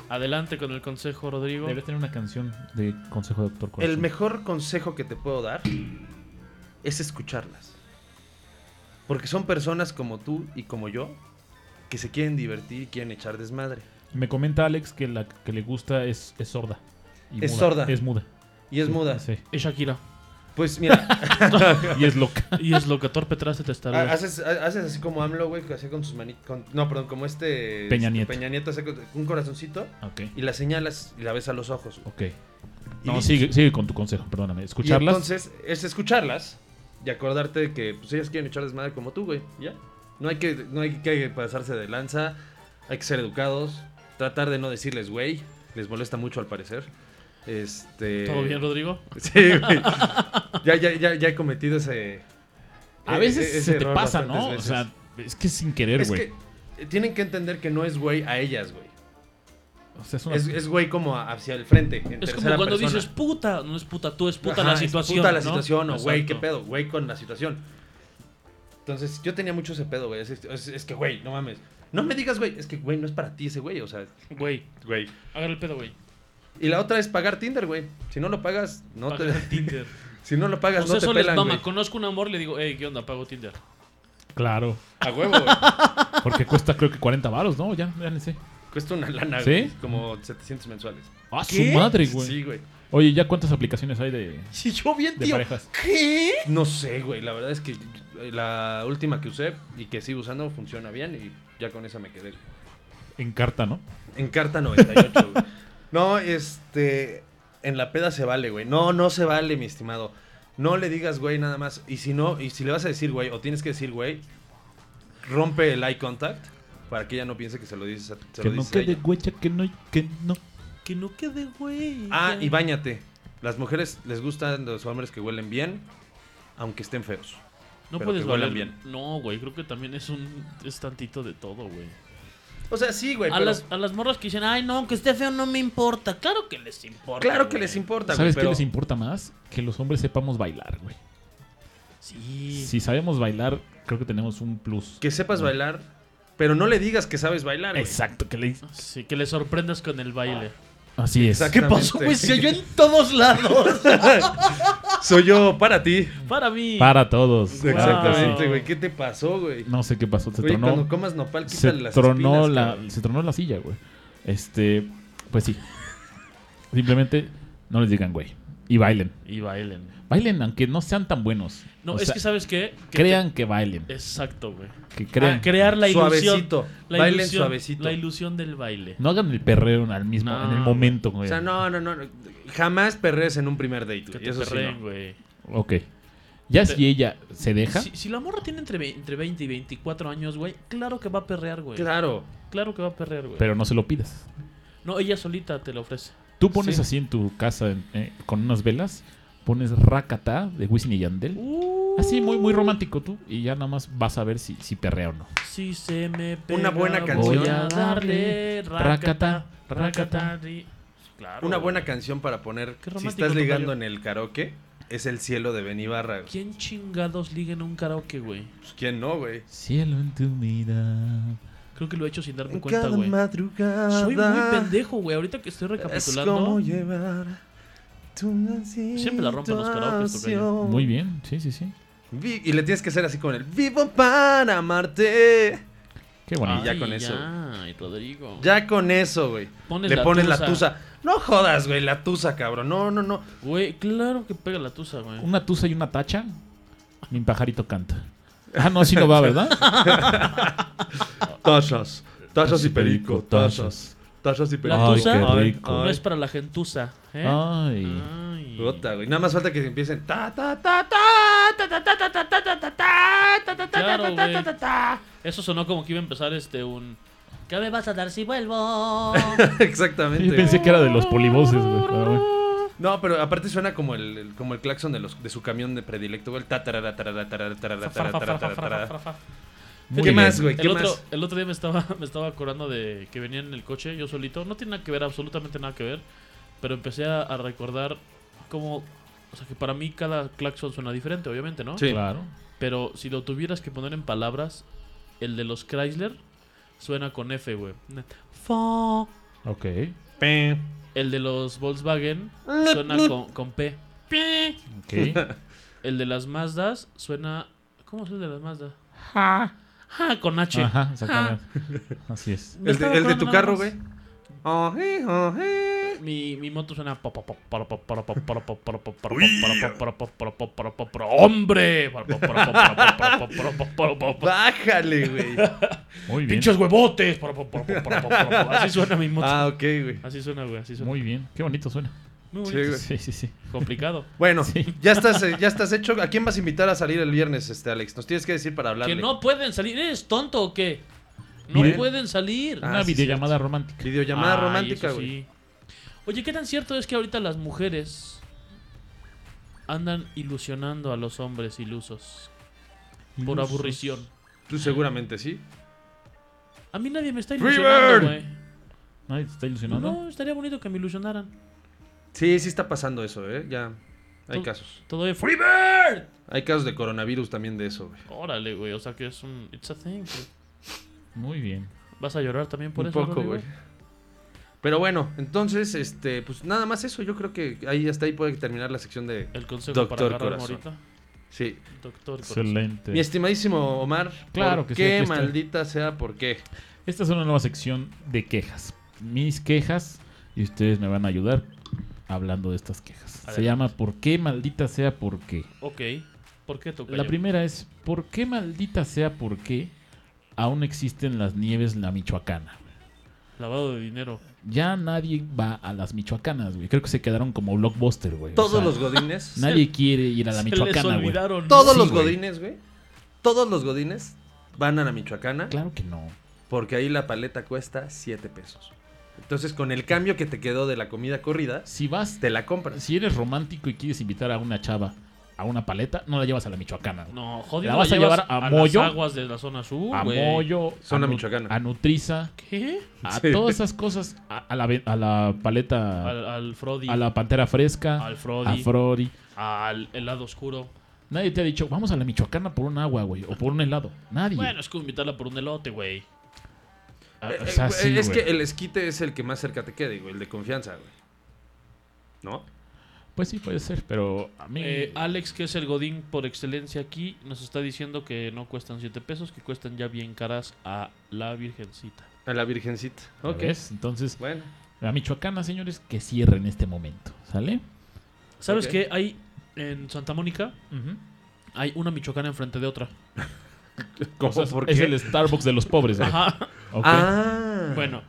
B: Adelante con el consejo, Rodrigo.
C: Debe tener una canción de Consejo de Doctor Corazón.
D: El mejor consejo que te puedo dar es escucharlas. Porque son personas como tú y como yo que se quieren divertir y quieren echar desmadre.
C: Me comenta Alex que la que le gusta es, es sorda. y
D: Es
C: muda.
D: sorda.
C: Es muda.
D: Y es muda.
C: Sí.
B: Es Shakira.
D: Pues mira,
C: Y es loca.
B: Y es lo que Torpe trae este te
D: ha-
B: está
D: haces, ha- haces así como AMLO, güey, que hace con sus manitas. No, perdón, como este.
C: Peña
D: este
C: Nieto.
D: Peña Nieto hace con- un corazoncito
C: Ok.
D: y la señalas y la ves a los ojos. güey.
C: Ok.
D: Y
C: No,
D: dices-
C: sigue, sigue con tu consejo, perdóname.
D: Y
C: Escucharlas.
D: entonces es escucharlas y acordarte de que pues, ellas quieren echar desmadre como tú, güey. ¿Ya? No hay, que, no hay que pasarse de lanza, hay que ser educados, tratar de no decirles, güey. Les molesta mucho al parecer. Este...
B: ¿Todo bien, Rodrigo?
D: Sí, güey. Ya, ya, ya, ya he cometido ese...
C: a
D: e-
C: veces
D: e- ese
C: se te
D: error
C: pasa,
D: bastantes
C: ¿no?
D: veces.
C: O sea, es que es sin querer,
D: es
C: güey.
D: que eh, tienen que entender que no es güey a ellas, güey.
C: O sea, es una-
D: Es, es güey como a- hacia el frente. En
B: Es como
D: tercera
B: cuando
D: persona.
B: dices puta. No es puta tú, es puta
D: Ajá,
B: la
D: es
B: situación.
D: Puta la
B: ¿no?
D: situación, o güey, qué
B: Exacto.
D: pedo, güey, con la situación. Entonces, yo tenía mucho ese pedo, güey. Es, es- es que, güey, no mames. No me digas, güey, es que, güey, no es para ti ese güey, o sea,
B: Güey,
D: güey.
B: agarra el pedo, güey.
D: Y la otra es pagar Tinder, güey. Si no lo pagas, no
B: Paga el
D: te.
B: Tinder.
D: si no lo pagas,
B: O sea,
D: no
B: eso
D: te
B: les
D: pelan,
B: mama.
D: güey.
B: Conozco un amor, le digo, hey, ¿qué onda? Pago Tinder.
C: Claro.
D: A huevo, güey.
C: Porque cuesta creo que 40 varos, ¿no? Ya, ya ni sé.
D: Cuesta una lana,
C: ¿Sí?
D: güey. Como 700 mensuales.
C: ¡Ah, su madre, güey!
D: Sí, güey.
C: Oye, ¿ya cuántas aplicaciones hay de,
B: Si yo bien,
C: de parejas?
D: No sé, güey. La verdad es que la última que usé y que sigo usando funciona bien y ya con esa me quedé, güey.
C: En carta, ¿no?
D: En carta 98, güey. No, este. En la peda se vale, güey. No, no se vale, mi estimado. No le digas, güey, nada más. Y si no, y si le vas a decir, güey, o tienes que decir, güey, rompe el eye contact para que ella no piense que se lo dices a, se
C: que
D: lo
C: no
D: dices a
C: quede
D: ella.
C: huecha, que no, que no.
B: Que no quede, güey.
D: Ah, y
B: va
D: bañate. Las mujeres les gustan los hombres que huelen bien, aunque estén feos.
B: No
D: pero
B: puedes
D: que huelan
B: valer-
D: bien.
B: No, güey, creo que también es un es tantito de todo, güey.
D: O sea, sí, güey.
B: A
D: pero-
B: las, a las morras que dicen, ay, no, que esté feo no me importa. Claro que les importa.
D: Claro que
B: güey.
D: les importa, güey.
C: ¿Sabes
D: Pero...
C: qué les importa más? Que los hombres sepamos bailar, güey.
B: Sí.
C: Si sabemos bailar, creo que tenemos un plus.
D: Que sepas bailar, pero no le digas que sabes bailar, güey.
C: Exacto, que le...
B: Sí, que les sorprendas con el baile.
D: Ah,
C: Así es.
D: Exactamente.
B: Se oyó en todos lados.
D: Soy yo para ti.
B: Para mí.
C: Para todos.
D: Exactamente,
B: Wow.
D: güey. ¿Qué te pasó, güey?
C: No sé qué pasó, se
D: Oye,
C: tronó.
D: cuando comas nopal,
C: Se
D: quítale las
C: tronó
D: espinas,
C: la,
D: cabrón.
C: se tronó la silla, güey. Este, pues sí. Simplemente no les digan, güey. Y bailen.
B: Y bailen.
C: Bailen, aunque no sean tan buenos.
B: No,
C: O
B: es
C: sea,
B: que sabes qué. Que
C: crean que bailen.
D: eh,
B: te- Exacto, güey.
C: Que crean.
B: Ah, crear la ilusión.
D: Suavecito.
B: La
D: Bailen
B: ilusión,
D: suavecito. Mm,
B: La ilusión del baile.
C: No hagan el perreo al mismo,
B: No,
C: en el momento, güey.
D: O sea, no, no, no. no. Jamás perrees en un primer date,
B: Que
D: güey.
B: te
D: Eso sí,
B: perreen,
D: no.
B: güey.
C: Ok. Ya
B: Te-
C: si ella se deja,
B: Si, si la morra tiene entre, ve- entre 20 y 24 años, güey, claro que va a perrear, güey. Claro.
D: Claro.
B: que va a perrear,
D: Pues.
B: güey.
C: pero no se lo pidas.
B: No, ella solita te lo ofrece.
C: Tú pones
D: Sí.
C: así en tu casa en- eh, con unas velas, pones Rakata de Wisin y Yandel.
D: Uh. Ah,
C: así muy, muy romántico tú. Y ya nada más vas a ver si, si perrea o no.
B: Si se me pega,
D: Una buena
B: Voy
D: canción.
B: a darle racata,
C: Racata,
B: racata.
C: racata.
B: ri- Claro,
D: Una
B: güey.
D: buena canción para poner
B: Qué
D: si
B: romántico,
D: estás
B: tocayo.
D: ligando en el karaoke es El cielo de Benibarra. güey.
B: ¿Quién chingados liga en un karaoke, güey?
D: Pues, ¿Quién no, güey?
C: Cielo en tu mirada.
B: Creo que lo he hecho sin darme
D: En
B: cuenta,
D: cada
B: güey.
D: madrugada
B: Soy muy pendejo, güey. Ahorita que estoy
D: Es
B: recapitulando,
D: como llevar tu
B: Siempre la rompen los karaokes, tocayo.
D: situación.
C: Muy bien, sí, sí, sí.
D: Vi- Y le tienes que hacer así con el vivo para amarte.
C: Qué bonito.
D: Ah, ya con eso,
B: Ay, Rodrigo.
D: Ya con eso, güey.
B: Pones
D: le
B: la
D: pones la
B: tusa.
D: tusa. No jodas, güey, la tusa, cabrón. No, no, no.
B: Güey, claro que pega la tusa, güey.
C: Una tusa y una tacha. Mi pajarito canta. Ah, no, así no va, ¿verdad?
D: Tachas. Tachas
C: y perico, tachas.
D: Tachas y
B: La
C: Ay,
B: tusa
C: qué
B: no
D: eh.
C: rico.
B: es para la gentuza, ¿eh?
C: Ay.
D: Ah,
B: Ay.
D: Puta, güey. Nada más falta que empiecen. Ta, ta, ta, ta.
B: Claro, güey. Eso sonó como que iba a empezar este un. ¿Qué me vas a dar si vuelvo?
D: Exactamente.
C: Yo
D: güey.
C: pensé que era de los polivoces, güey. Ah, bueno.
D: No, pero aparte suena como el, el- como el claxon de, los, de su camión de predilecto, güey. El ta, tarara, tarara, tarara, tarara, tarara, tarara, tarara.
C: Muy
D: ¿Qué
C: bien.
D: más, güey? ¿Qué
B: El otro,
D: más?
B: el otro día me estaba, me estaba acordando de que venía en el coche yo solito. No tiene nada que ver, absolutamente nada que ver. Pero empecé a, a recordar cómo. O sea, que para mí cada claxon suena diferente, obviamente, ¿no?
D: Sí.
C: Claro.
B: Pero si lo tuvieras que poner en palabras, el de los Chrysler suena con F, güey. Fo.
C: Ok.
D: Pe.
B: El de los Volkswagen suena con, con P. Pi.
C: Ok.
B: El de las Mazdas suena. ¿Cómo es el de las Mazdas? Ja. Ja, con H.
C: Ajá, exactamente.
D: Ah.
C: Así es.
B: Me
D: El de,
B: estaba
D: el de
B: acordando
D: tu
B: nada
D: carro,
B: más.
D: güey. Oje, oje.
B: Mi, mi moto suena pa, pa, pa, para, pa, para, pa, para, pa, para, pa, para, pa, para, pa, para, pa, para, pa, para, hombre Para, pa, para, pa, para, pa, para, pa, para, para, pa, para,
D: Bájale, güey.
B: Pues
C: Muy bien.
B: pinches huevotes Para, pa, para, pa, para, pa, para, pa. así suena mi moto
D: Ah, ok, güey.
B: así suena güey así suena
C: Muy bien. Qué bonito suena.
B: muy
D: Sí,
B: bonito.
D: güey.
C: Sí, sí, sí.
B: complicado
D: Bueno, ya estás, eh, ya estás hecho. ¿A quién vas a invitar a salir el viernes, este Alex? Nos tienes que decir para hablarle.
B: que no pueden salir eres tonto o qué no
C: Miren.
B: pueden salir
D: Ah,
C: Una
D: sí,
C: videollamada romántica.
D: Videollamada
B: Ay,
D: romántica,
B: eso
D: güey.
B: sí. Oye, ¿qué tan cierto es que ahorita las mujeres andan ilusionando a los hombres ilusos? Por
C: Ilusos.
B: aburrición.
D: Tú seguramente sí.
B: A mí nadie me está
D: River.
B: ilusionando, güey.
C: Nadie te está ilusionando.
B: No, estaría bonito que me ilusionaran.
D: Sí, sí está pasando eso, ¿eh? Ya. Hay
B: Tú-
D: casos.
B: Todo de Freebird.
D: Hay casos de coronavirus también de eso, güey.
B: Órale, güey. O sea que es un. It's a thing. güey.
C: Muy bien.
B: ¿Vas a llorar también por
D: Un
B: eso?
D: poco,
B: Rodrigo?
D: güey. Pero bueno, entonces, este, pues nada más eso. Yo creo que ahí hasta ahí puede terminar la sección de.
B: El consejo
D: Doctor
B: para agarrar
D: Corazón.
B: ahorita.
D: Sí.
B: Doctor Corazón.
C: Excelente.
D: Mi estimadísimo Omar.
C: Claro
D: ¿por
C: que sí,
D: qué
C: aquí estoy.
D: maldita sea, ¿por qué?
C: Esta es una nueva sección de quejas. Mis quejas y ustedes me van a ayudar hablando de estas quejas.
B: Adelante.
C: Se llama ¿Por qué maldita sea por qué?
B: Ok. ¿Por qué toca?
C: La primera es ¿Por qué maldita sea por qué aún existen las nieves la michoacana?
B: Lavado de dinero.
C: Ya nadie va a las michoacanas, güey. Creo que se quedaron como blockbuster, güey. O
D: Todos
C: sea,
D: los godines.
C: Nadie quiere ir a la
B: Se les
C: michoacana, güey.
B: olvidaron.
D: Todos
C: Sí,
D: los
C: güey.
D: godines, güey. Todos los godines van a la Michoacana
C: Claro que no.
D: porque ahí la paleta cuesta 7 pesos. Entonces, con el cambio que te quedó de la comida corrida,
C: Si vas,
D: te la compras.
C: si eres romántico y quieres invitar a una chava a a una paleta, no la llevas a la michoacana. güey.
B: No, jodido.
C: ¿La vas
B: la
C: a llevar
B: llevas
C: a
B: las
C: Moyo?
B: aguas de la zona sur,
C: a
B: güey.
C: Moyo,
D: Zona
C: a, Nu-
D: michoacana.
C: a Nutriza,
B: ¿Qué?
C: a
D: Sí.
C: todas esas cosas, a, a la, ve- a la paleta,
B: Al, al Frodi.
C: a la pantera fresca,
B: Al Frodi.
C: a Frodi.
B: Al helado oscuro.
C: Nadie te ha dicho, vamos a la michoacana por un agua, güey, o por un helado. Nadie.
B: Bueno, es como invitarla por un elote, güey.
C: Ah,
D: Eh,
C: o sea,
D: eh,
C: sí,
D: es
C: güey.
D: que el esquite es el que más cerca te quede, güey, el de confianza, güey. ¿No?
C: Pues sí, puede ser, pero a mí...
B: Eh, Alex, que es el godín por excelencia aquí, nos está diciendo que no cuestan 7 pesos, que cuestan ya bien caras a la virgencita.
D: A la virgencita.
C: ¿ya
D: Ok.
C: ves? Entonces,
D: Bueno.
C: la michoacana, señores, que cierre en este momento, ¿sale?
B: ¿Sabes
D: Ok.
B: qué? Hay en Santa Mónica, hay una michoacana enfrente de otra.
D: ¿Cómo?
C: O sea,
D: ¿Por
C: es
D: qué?
C: el Starbucks de los pobres, güey.
B: Ajá.
C: Ok.
D: Ah.
B: Bueno,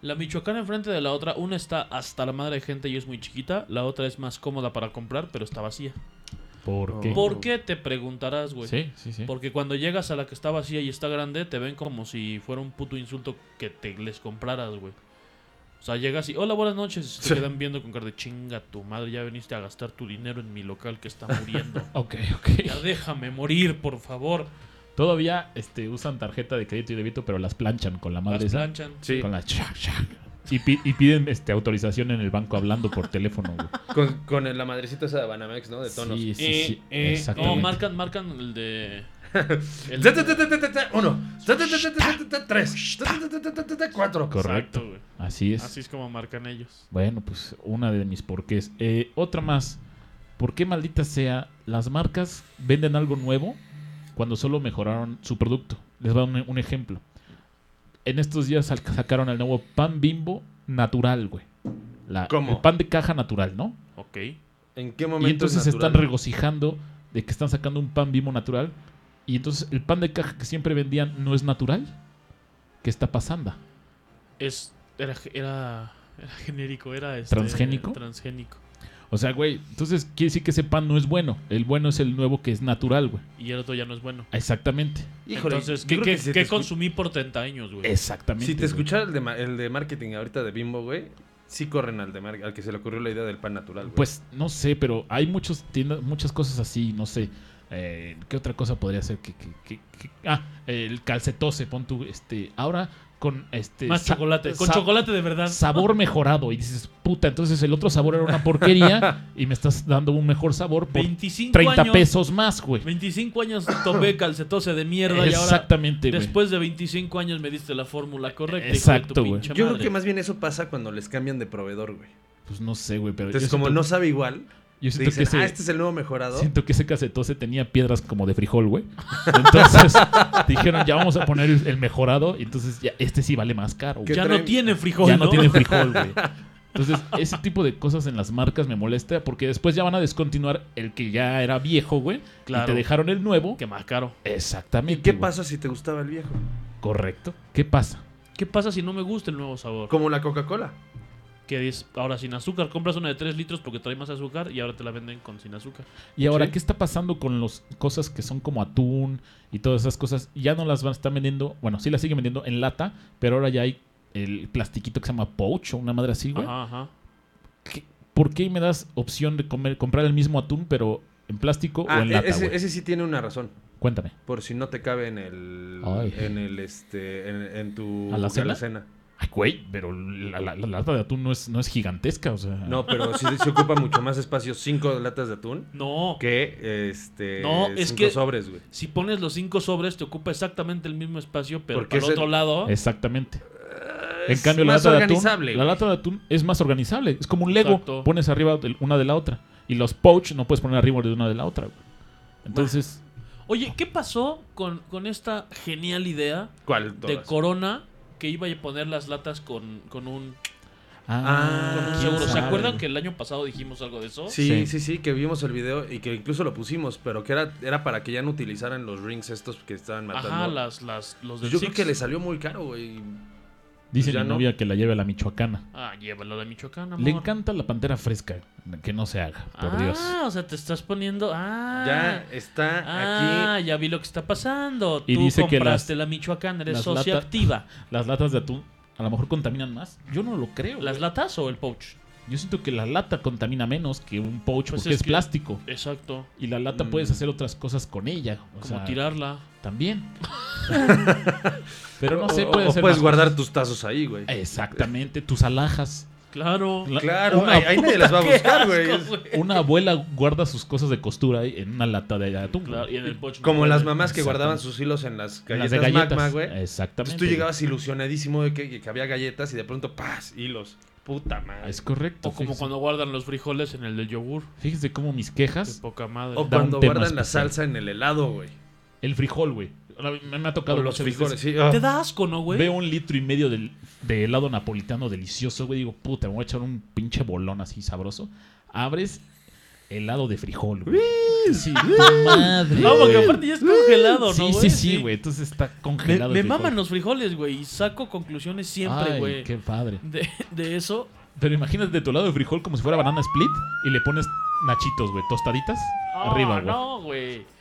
B: la michoacana enfrente de la otra, una está hasta la madre de gente y es muy chiquita, la otra es más cómoda para comprar, pero está vacía.
C: ¿Por qué?
B: ¿Por qué te preguntarás, güey?
C: Sí, sí, sí.
B: Porque cuando llegas a la que está vacía y está grande, te ven como si fuera un puto insulto que te les compraras, güey. O sea, llegas y, hola, buenas noches. y Te quedan viendo con cara de chinga tu madre. Ya viniste a gastar tu dinero en mi local que está muriendo.
C: Ok, ok.
B: ya déjame morir, por favor.
C: Todavía este, usan tarjeta de crédito y débito, pero las planchan con la madre
B: Las
C: esa.
B: planchan.
D: Sí.
C: Con la chac, chac. Y, pi- y piden este, autorización en el banco hablando por teléfono, güey.
D: Con, con la madrecita esa de Banamex, ¿no? De tonos.
C: Sí, sí,
B: Eh,
C: sí.
B: eh, no,
C: exactamente.
B: marcan, marcan el de... el-
D: Ta, ta, ta, ta, ta, ta, ta, Uno. Ta, ta, ta, ta, ta, ta, ta, Tres. Ta, ta, ta, ta, ta, ta, ta, Cuatro.
C: Correcto.
B: Exacto, güey.
C: Así es.
B: Así es como marcan ellos.
C: Bueno, pues una de mis porqués. Eh, otra más. ¿Por qué maldita sea las marcas venden algo nuevo cuando solo mejoraron su producto? Les voy a dar un, un ejemplo. En estos días sal- sacaron el nuevo pan bimbo natural, güey. La-
D: ¿Cómo?
C: El pan de caja natural, ¿no?
B: Ok.
D: ¿En qué
C: Y
D: momento
C: entonces se
D: es
C: están
D: natural?
C: regocijando de que están sacando un pan bimbo natural. Y entonces el pan de caja que siempre vendían no es natural. ¿Qué está pasando?
B: Es... Era... Era, era genérico, era... este,
C: ¿Transgénico?
B: Transgénico.
C: O sea, güey, entonces quiere decir que ese pan no es bueno. El bueno es el nuevo que es natural, güey.
B: Y el otro ya no es bueno.
C: Exactamente.
D: Híjole,
B: Entonces,
D: yo
B: ¿qué,
D: creo
B: qué-
D: que si
B: qué
D: te escu-
B: consumí por 30 años,
C: Este,
B: güey?
C: Exactamente.
D: Si te
C: güey.
D: escuchara el de, ma- el de marketing ahorita de Bimbo, güey, sí corren al, de mar- al que se le ocurrió la idea del pan natural, güey.
C: Pues no sé, pero hay muchos tiendas, muchas cosas así, no sé. Eh, ¿Qué otra cosa podría ser? Que, que- que- que- ah, el calcetose, pon tu, este, ahora con este...
B: Más
C: sa-
B: chocolate. Con
C: sa-
B: chocolate de verdad.
C: Sabor mejorado. Y dices, puta, entonces el otro sabor era una porquería y me estás dando un mejor sabor por
B: 25
C: 30
B: años.
C: pesos más, güey.
B: 25 años tomé calcetose de mierda y ahora
C: Exactamente, güey.
B: después de 25 años me diste la fórmula correcta.
C: Exacto,
B: hijo de tu
C: güey.
B: pinche
D: Yo creo
B: madre.
D: que más bien eso pasa cuando les cambian de proveedor, güey.
C: Pues no sé, güey, pero...
D: Entonces,
C: yo
D: como
C: siento-
D: no sabe igual,
C: yo
D: te
C: siento
D: dicen,
C: que ese-
D: ah, este es el nuevo mejorado.
C: Siento que ese casetose tenía piedras como de frijol, güey. Entonces dijeron, ya vamos a poner el el mejorado. Y entonces ya, este sí vale más caro. güey.
B: Ya
D: traen-
B: no tiene frijol,
C: Ya
B: ¿no?
C: no tiene frijol, güey. Entonces, ese tipo de cosas en las marcas me molesta porque después ya van a descontinuar el que ya era viejo, güey.
B: Claro.
C: Y te dejaron el nuevo.
B: Que más caro.
C: Exactamente.
D: ¿Y qué
C: güey.
D: pasa si te gustaba el viejo?
C: Correcto. ¿Qué pasa?
B: ¿Qué pasa si no me gusta el nuevo sabor?
D: Como la Coca-Cola.
B: Que dices, ahora sin azúcar, compras una de 3 litros porque trae más azúcar y ahora te la venden con sin azúcar.
C: Y ahora,
D: Sí.
C: ¿qué está pasando con las cosas que son como atún y todas esas cosas? Ya no las van a estar vendiendo, bueno, sí las siguen vendiendo en lata, pero ahora ya hay el plastiquito que se llama pouch o una madre así, güey.
B: Ajá, ajá.
C: ¿Por qué me das opción de comer, comprar el mismo atún, pero en plástico
D: Ah,
C: o en lata,
D: ese,
C: güey?
D: ese sí tiene una razón.
C: Cuéntame.
D: Por si no te cabe en el.
C: Ay.
D: En el este. En, en tu.
C: ¿Alacena?
D: alacena.
C: Ay, güey, pero la, la- la lata de atún no es, no es gigantesca, o sea.
D: No, pero sí se ocupa mucho más espacio cinco latas de atún
B: No.
D: que este.
B: No, es
D: cinco
B: que-
D: sobres, güey.
B: Si pones los 5 sobres, te ocupa exactamente el mismo espacio, pero
D: Porque
B: por
D: es
B: otro
D: el-
B: lado.
C: Exactamente. En
D: Es
C: cambio, la
D: más
C: lata, de atún, la
D: organizable, güey.
C: lata de atún es más organizable. Es como un Lego.
B: Exacto.
C: Pones arriba del- una de la otra. Y los pouch no puedes poner arriba de una de la otra. güey. Entonces,
B: Oye, ¿qué pasó con, con esta genial idea
D: ¿Cuál?
B: de
D: Todas?
B: Corona que iba a poner las latas con, con un,
D: Ah,
B: con un
D: Ah,
B: seguro? ¿Se
C: sabe,
B: acuerdan
C: güey.
B: que el año pasado dijimos algo de eso?
D: Sí,
C: Sí.
D: sí, sí, que vimos el video y que incluso lo pusimos, pero que era, era para que ya no utilizaran los rings estos que estaban matando.
B: Ajá, las, las, los del
D: Yo creo
B: Six.
D: que le salió muy caro, güey.
C: Dice
D: Ya
C: mi
D: no.
C: novia que la lleve a la Michoacana.
B: Ah, llévalo de Michoacán, amor.
C: Le encanta la pantera fresca. Que no se haga, por
B: ah,
C: Dios.
B: o sea, te estás poniendo... Ah,
D: Ya está
B: Ah,
D: aquí.
B: ya vi lo que está pasando.
C: Y
B: Tú
C: dice que
B: compraste
C: las-
B: la Michoacán, eres
C: las
B: socio
C: lata-
B: activa.
C: Las latas de atún a lo mejor contaminan más. Yo no lo creo.
B: ¿Las
C: güey.
B: latas o el pouch?
C: Yo siento que la lata contamina menos que un pouch
B: Pues
C: porque
B: es
C: es,
B: que-
C: plástico.
B: Exacto.
C: Y la lata puedes hacer otras cosas con ella. O
B: Como
C: sea,
B: tirarla.
C: También. Pero no sé,
D: O-
C: puede
D: o
C: ser
D: puedes
C: más
D: guardar tus tazos ahí, güey.
C: cosas. Exactamente, tus alhajas.
B: Claro.
C: La-
D: Claro,
C: una-
D: ahí, ahí nadie las va a buscar, güey.
B: Asco, güey.
C: Una abuela guarda sus cosas de costura ahí en una lata de atún.
B: Claro, y en el pocho.
D: Como
B: no
D: las
B: puede.
D: mamás que
C: Exactamente.
D: guardaban sus hilos en las
C: En
D: galletas,
C: las de galletas.
D: Magma, güey.
C: Exactamente.
D: Entonces tú llegabas ilusionadísimo de que, que había galletas y de pronto, ¡paz! Hilos.
B: Pues
D: Puta madre.
C: Es correcto.
B: O como
C: fíjense.
B: cuando guardan los frijoles en el del yogur.
C: Fíjense cómo mis
B: Qué
C: quejas.
B: poca madre.
C: da
D: O
C: un
D: cuando
C: tema
D: guardan la
C: especial.
D: salsa en el helado, güey.
C: El frijol, güey. A mí Me, me ha
D: O
C: tocado
D: los
C: muchas veces.
D: frijoles, sí.
B: Te
D: ah.
B: da asco, ¿no, güey?
C: Veo un litro y medio de, de helado napolitano delicioso, güey. Digo, puta, me voy a echar un pinche bolón así sabroso. Abres helado de frijol, güey. Sí, tu madre.
B: No, porque aparte ya es congelado, ¿no,
C: Sí,
B: güey?
C: sí, sí, güey. Entonces está
B: Me,
C: congelado.
B: me
C: el frijol.
B: maman los frijoles, güey. Y saco conclusiones siempre,
C: Ay,
B: güey.
C: Qué padre.
B: De, de eso.
C: Pero imagínate tu helado de frijol como si fuera banana split y le pones nachitos, güey, tostaditas
B: Ah,
C: arriba, güey.
B: No, güey.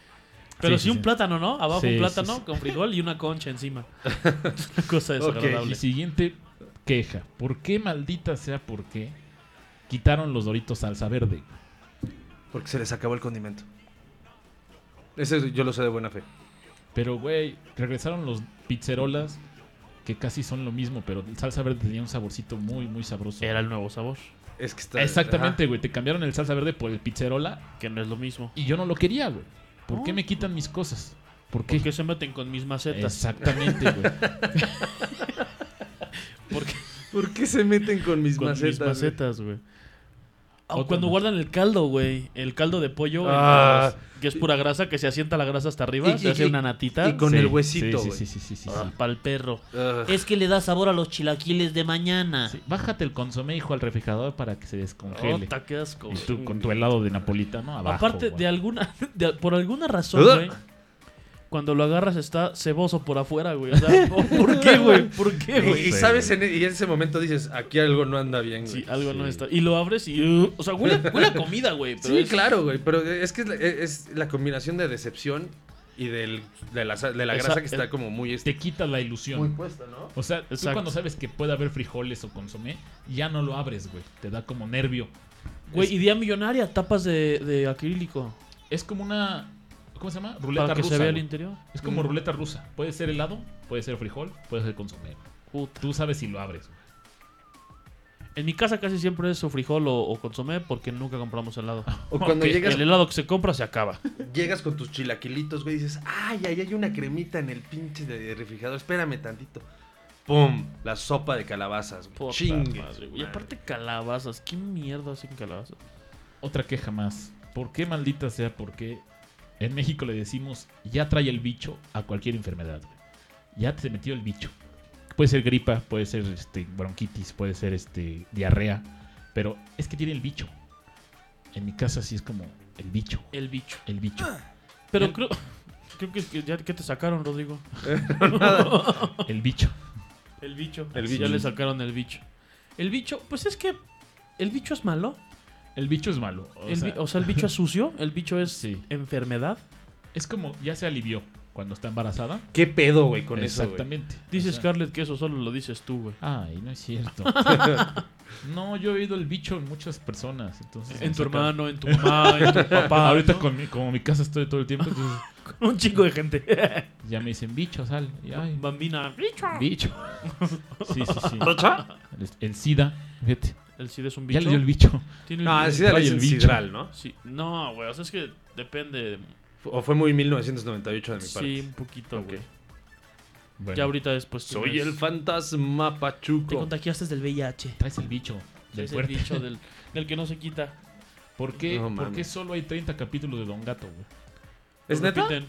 B: Pero sí,
C: sí,
B: un
C: sí.
B: plátano, ¿no? Abajo
C: Sí,
B: un
C: sí,
B: plátano
C: sí.
B: con frijol y una concha encima. una cosa
C: Y
B: desagradable.
C: siguiente queja. ¿Por qué maldita sea por qué quitaron los doritos salsa verde?
D: Porque se les acabó el condimento. Ese yo lo sé de buena fe.
C: Pero, güey, regresaron los pizzerolas que casi son lo mismo, pero salsa verde tenía un saborcito muy, muy sabroso.
B: Era el nuevo sabor.
D: Es que está.
C: Exactamente, güey. Te cambiaron el salsa verde por el pizzerola
B: Que no es lo mismo.
C: y yo no lo quería, güey. ¿Por
B: No.
C: qué me quitan mis cosas? ¿Por
B: ¿Por
C: qué?
B: qué se meten con mis macetas?
C: Exactamente, güey.
B: Porque
D: ajá. ¿Por qué se meten con mis
B: con
D: macetas?
B: mis
D: güey?
B: macetas, güey. Ah, O
C: Otra
B: cuando
C: más.
B: guardan el caldo, güey. El caldo de pollo, en
D: Ah.
B: las- que es pura grasa, que se asienta la grasa hasta arriba,
D: Y-
B: se
D: y-
B: hace
D: y-
B: una natita.
D: y con
C: Sí,
D: el huesito,
C: Sí,
D: güey.
C: sí, sí, sí, sí, sí, sí.
B: Para el perro.
D: Ah,
E: Es que le da sabor a los chilaquiles de mañana.
C: Sí, Bájate el consomé, hijo, al refrigerador para que se descongele.
B: Ota, Oh, qué asco.
C: y tú con tu helado de napolitano abajo.
B: Aparte,
C: güey.
B: de alguna, de- por alguna razón,
D: Ugh.
B: güey. Cuando lo agarras está ceboso por afuera, güey. O sea, ¿por qué, güey? ¿Por qué,
D: y,
B: güey?
D: y sabes, en, e, y en ese momento dices, aquí algo no anda bien, güey.
B: Sí, algo no está. Y lo abres y. uh, o sea, huele, huele a comida, güey. pero
D: Sí,
B: es-
D: claro, güey. Pero es que es la, e, es la combinación de decepción y del, de la, sa- de la
B: Esa-
D: grasa que
B: eh,
D: está como muy, este,
C: Te quita la ilusión.
D: muy puesta, ¿no?
C: O sea, tú
B: Exacto.
C: cuando sabes que puede haber frijoles o consomé, ya no lo abres, güey. Te da como nervio.
B: Güey, idea millonaria, tapas de, de acrílico.
C: Es como una. ¿Cómo se llama? Ruleta
B: Para que
C: rusa.
B: se vea el
C: güey.
B: interior.
C: Es como ruleta rusa. Puede ser helado, puede ser frijol, puede ser consomé.
B: Puta.
C: Tú sabes si lo abres. güey.
B: En mi casa casi siempre es o frijol o, o consomé porque nunca compramos helado.
D: O cuando
B: Que
D: llegas,
B: El helado que se compra se acaba.
D: llegas con tus chilaquilitos, güey, y dices, ay, ahí hay una cremita en el pinche de, de refrigerador, espérame tantito. ¡Pum! La sopa de calabazas, güey.
B: Puta
D: Chingue
B: madre,
D: su
B: güey. Y
D: madre.
B: aparte calabazas. ¿Qué mierda hacen calabazas?
C: Otra queja más. ¿Por qué maldita sea? Porque en México le decimos ya trae el bicho a cualquier enfermedad. güey. Ya te metió el bicho. Puede ser gripa, puede ser este, bronquitis, puede ser este, diarrea. Pero es que tiene el bicho. En mi casa sí es como el bicho.
B: El bicho.
C: El bicho.
B: Pero
C: El-
B: creo, creo que, es que ya que te sacaron, Rodrigo.
C: El bicho.
B: El bicho.
D: El
B: Ya
D: bicho.
B: le sacaron el bicho. El bicho, pues es que el bicho es malo.
C: El bicho es malo. O
B: el, bi-
C: sea,
B: o sea, el bicho es sucio. El bicho es
C: Sí.
B: enfermedad.
C: es como ya se alivió cuando está embarazada.
D: ¿Qué pedo, güey, con eso, güey?
C: Exactamente. O
B: Dice
C: sea,
B: Scarlett que eso solo lo dices tú, güey.
C: Ay, no es cierto. no, yo he oído el bicho en muchas personas. Entonces
B: En
C: me
B: tu
C: saca-
B: hermano, en tu mamá, en tu papá.
C: Ahorita
B: ¿no?
C: con mi- como mi casa estoy todo el tiempo, entonces
B: un chico de gente.
C: ya me dicen bicho, sal. Y, ay,
B: Bambina.
C: bicho. Sí, sí, sí. El, el SIDA, fíjate.
B: El CID es un bicho.
C: Ya le dio el bicho.
B: ¿Tiene
D: No,
B: el
D: así de
C: Trae
D: el
C: el bicho.
D: sidral, ¿no?
B: Sí. No, güey. O sea, es que depende.
D: O fue muy 1998 de mi parte.
B: Sí, un poquito,
D: Ok.
B: güey.
C: Bueno,
B: Ya ahorita después.
D: Soy
B: tienes-
D: el fantasma
E: Te
D: pachuco.
E: contagiaste del VIH.
C: traes el bicho del
B: Es el
C: fuerte.
B: bicho del, del que no se quita.
C: ¿Por qué,
D: No,
C: por
D: mames.
C: qué solo hay 30 capítulos de Don Gato, güey?
B: Los
D: ¿Es neta?
B: Repiten,